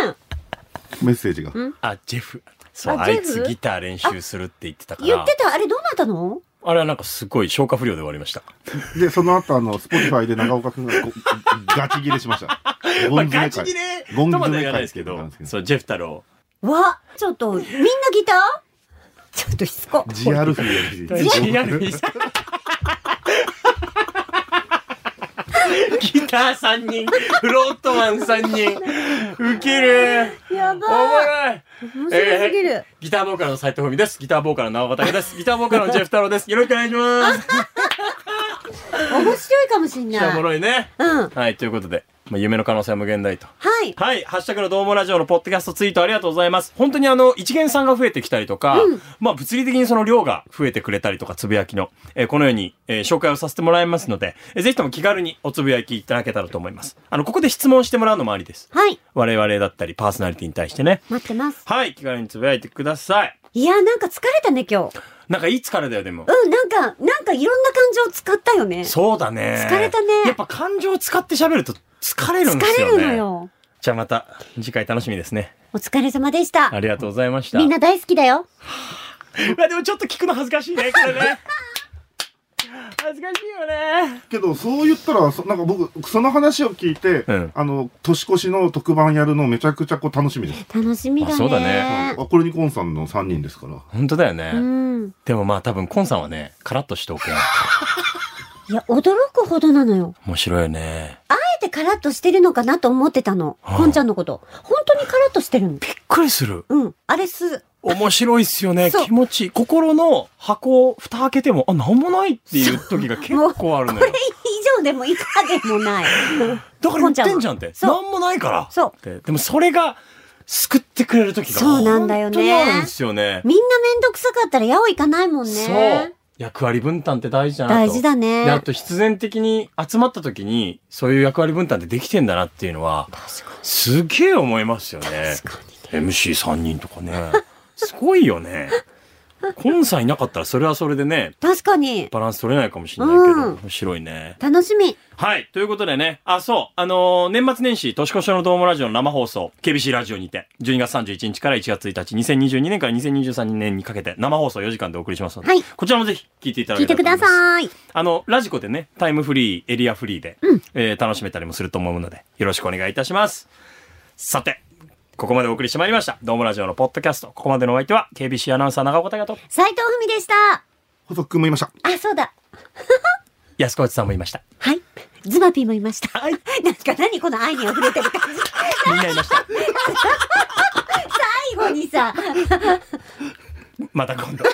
Speaker 4: メッセージが。
Speaker 2: あ、ジェフ。そう、あ
Speaker 3: あジェ
Speaker 2: い
Speaker 3: フ
Speaker 2: つギター練習するって言ってたから。
Speaker 3: 言ってた、あれどうなったの
Speaker 2: あれはなんかすごい消化不良で終わりました。
Speaker 4: で、その後、あの、スポティファイで長岡くんがこガチ切れしました。
Speaker 2: ま
Speaker 4: ゴ
Speaker 2: あ、
Speaker 4: ン詰
Speaker 2: ガ
Speaker 4: め
Speaker 2: チ
Speaker 4: 会
Speaker 2: 切れ
Speaker 4: ゴン
Speaker 2: とまで
Speaker 4: 詰
Speaker 2: は
Speaker 4: め
Speaker 2: 言わない
Speaker 4: 会
Speaker 2: で
Speaker 4: っ
Speaker 2: す
Speaker 4: てい
Speaker 2: け
Speaker 4: うのがある
Speaker 2: ど
Speaker 4: んですけ、ど
Speaker 2: そう、ジェフ太郎。
Speaker 3: わ、ちょっと、みんなギター ちょっとしつこ。
Speaker 4: ジアルフィーより
Speaker 2: ジアルフィーさんギター3人、フロートマン3人。ウケる。
Speaker 3: や
Speaker 2: おも
Speaker 3: ばい。
Speaker 2: ろい。
Speaker 3: 面白すぎる。
Speaker 2: ギターボーカルの斉藤文です。ギターボーカルの直畑です。ギターボーカルのジェフ太郎です。よろしくお願いします。
Speaker 3: 面白いかもしん
Speaker 2: じゃあお
Speaker 3: な
Speaker 2: も
Speaker 3: い。
Speaker 2: ろいね。
Speaker 3: うん。
Speaker 2: はい、ということで、まあ、夢の可能性は無限大と。
Speaker 3: はい。
Speaker 2: はい。ハッシュタグのどうもラジオのポッドキャストツイートありがとうございます。本当にあの、一元さんが増えてきたりとか、まあ、物理的にその量が増えてくれたりとか、つぶやきの、えーこのように、えー紹介をさせてもらいますので、えーぜひとも気軽におつぶやきいただけたらと思います。あの、ここで質問してもらうのもありです。
Speaker 3: はい。
Speaker 2: 我々だったり、パーソナリティに対してね。
Speaker 3: 待ってます。
Speaker 2: はい。気軽につぶやいてください。
Speaker 3: いや、なんか疲れたね、今日。
Speaker 2: なんかいい疲れだよ、でも。
Speaker 3: うん、なんか、なんかいろんな感情使ったよね。
Speaker 2: そうだね。
Speaker 3: 疲れたね
Speaker 2: やっぱ感情を使って喋ると疲れるん
Speaker 3: 疲
Speaker 2: です
Speaker 3: れ
Speaker 2: よね。
Speaker 3: るの。よ。
Speaker 2: じゃあまた、次回楽しみですね。
Speaker 3: お疲れ様でした
Speaker 2: あ。りがとうございました。
Speaker 3: みんな大好きだよ。
Speaker 2: まあでもちょっと聞くの恥ずかしいね、これね。恥ずかしいよね。
Speaker 4: けど、そう言ったら、そなんか僕、その話を聞いて、
Speaker 2: うん
Speaker 4: あの、年越しの特番やるのめちゃくちゃこう楽しみです。
Speaker 3: 楽しみだね。
Speaker 2: あそうだね
Speaker 4: あ、これにコンさんの3人ですから。
Speaker 2: 本当だよね。
Speaker 3: うん。
Speaker 2: でもまあ多分、コンさんはね、カラッとしておけん。
Speaker 3: いや、驚くほどなのよ。
Speaker 2: 面白いよね。
Speaker 3: あえてカラッとしてるのかなと思ってたの。
Speaker 2: はあ
Speaker 3: こんちゃんのこと。本当にカラッとしてる
Speaker 2: び
Speaker 3: の。
Speaker 2: っくりする。
Speaker 3: うん。あれす、
Speaker 2: 面白いっすよね。
Speaker 3: そう
Speaker 2: 気持ちいい。心の箱を蓋開けても、あ、なんもないっていう時が結構ある
Speaker 3: こ
Speaker 2: の
Speaker 3: れ以
Speaker 2: よ。
Speaker 3: 上でも以下でもない。
Speaker 2: だから言ってんじゃんって。
Speaker 3: そう
Speaker 2: なんもないから。
Speaker 3: そう
Speaker 2: ってでもそれが、救ってくれる時が。
Speaker 3: そうなんだよね
Speaker 2: 本当にあるんですよね。
Speaker 3: みんなめんどくさかったら矢を行かないもんね。
Speaker 2: そう。役割分担って大事だなと。
Speaker 3: 大事だ
Speaker 2: で、あ
Speaker 3: ね。
Speaker 2: と必然的に集まった時に、そういう役割分担ってできてんだなっていうのは、
Speaker 3: 確か
Speaker 2: すげえ思いますよね
Speaker 3: に。。確かに。
Speaker 2: MC3 人とかね。すごいよね。コンさんいなかったらそれはそれでね、
Speaker 3: 確かに。
Speaker 2: バランス取れないかもしれないけど、
Speaker 3: うん
Speaker 2: 面白いね。
Speaker 3: 楽しみ。
Speaker 2: はい。ということでね、あ、そう、あのー年末年始、年越しのドームラジオの生放送、KBC ラジオにて、12月31日から1月1日、2022年から2023年にかけて、生放送4時間でお送りしますので、
Speaker 3: はい
Speaker 2: こちらもぜひ聞いていただ
Speaker 3: 聞
Speaker 2: け
Speaker 3: い
Speaker 2: た
Speaker 3: てく
Speaker 2: らと思
Speaker 3: だ
Speaker 2: います。
Speaker 3: さい。
Speaker 2: あの、ラジコでね、タイムフリー、エリアフリーで、えー楽しめたりもすると思うので、よろしくお願いいたします。さて、ここまでお送りしてまいりました。どうもラジオのポッドキャスト。ここまでのお相手は、KBC アナウンサー長岡大和と、
Speaker 3: 斉藤文でした。
Speaker 4: 補足くんもいました。
Speaker 3: あ、そうだ。
Speaker 2: 安川内さんもいました。
Speaker 3: はい。ズマピーもいました。
Speaker 2: はい。
Speaker 3: なんか何この愛に溢れてる感じ。
Speaker 2: みんないました。
Speaker 3: 最後にさ、
Speaker 2: また今度。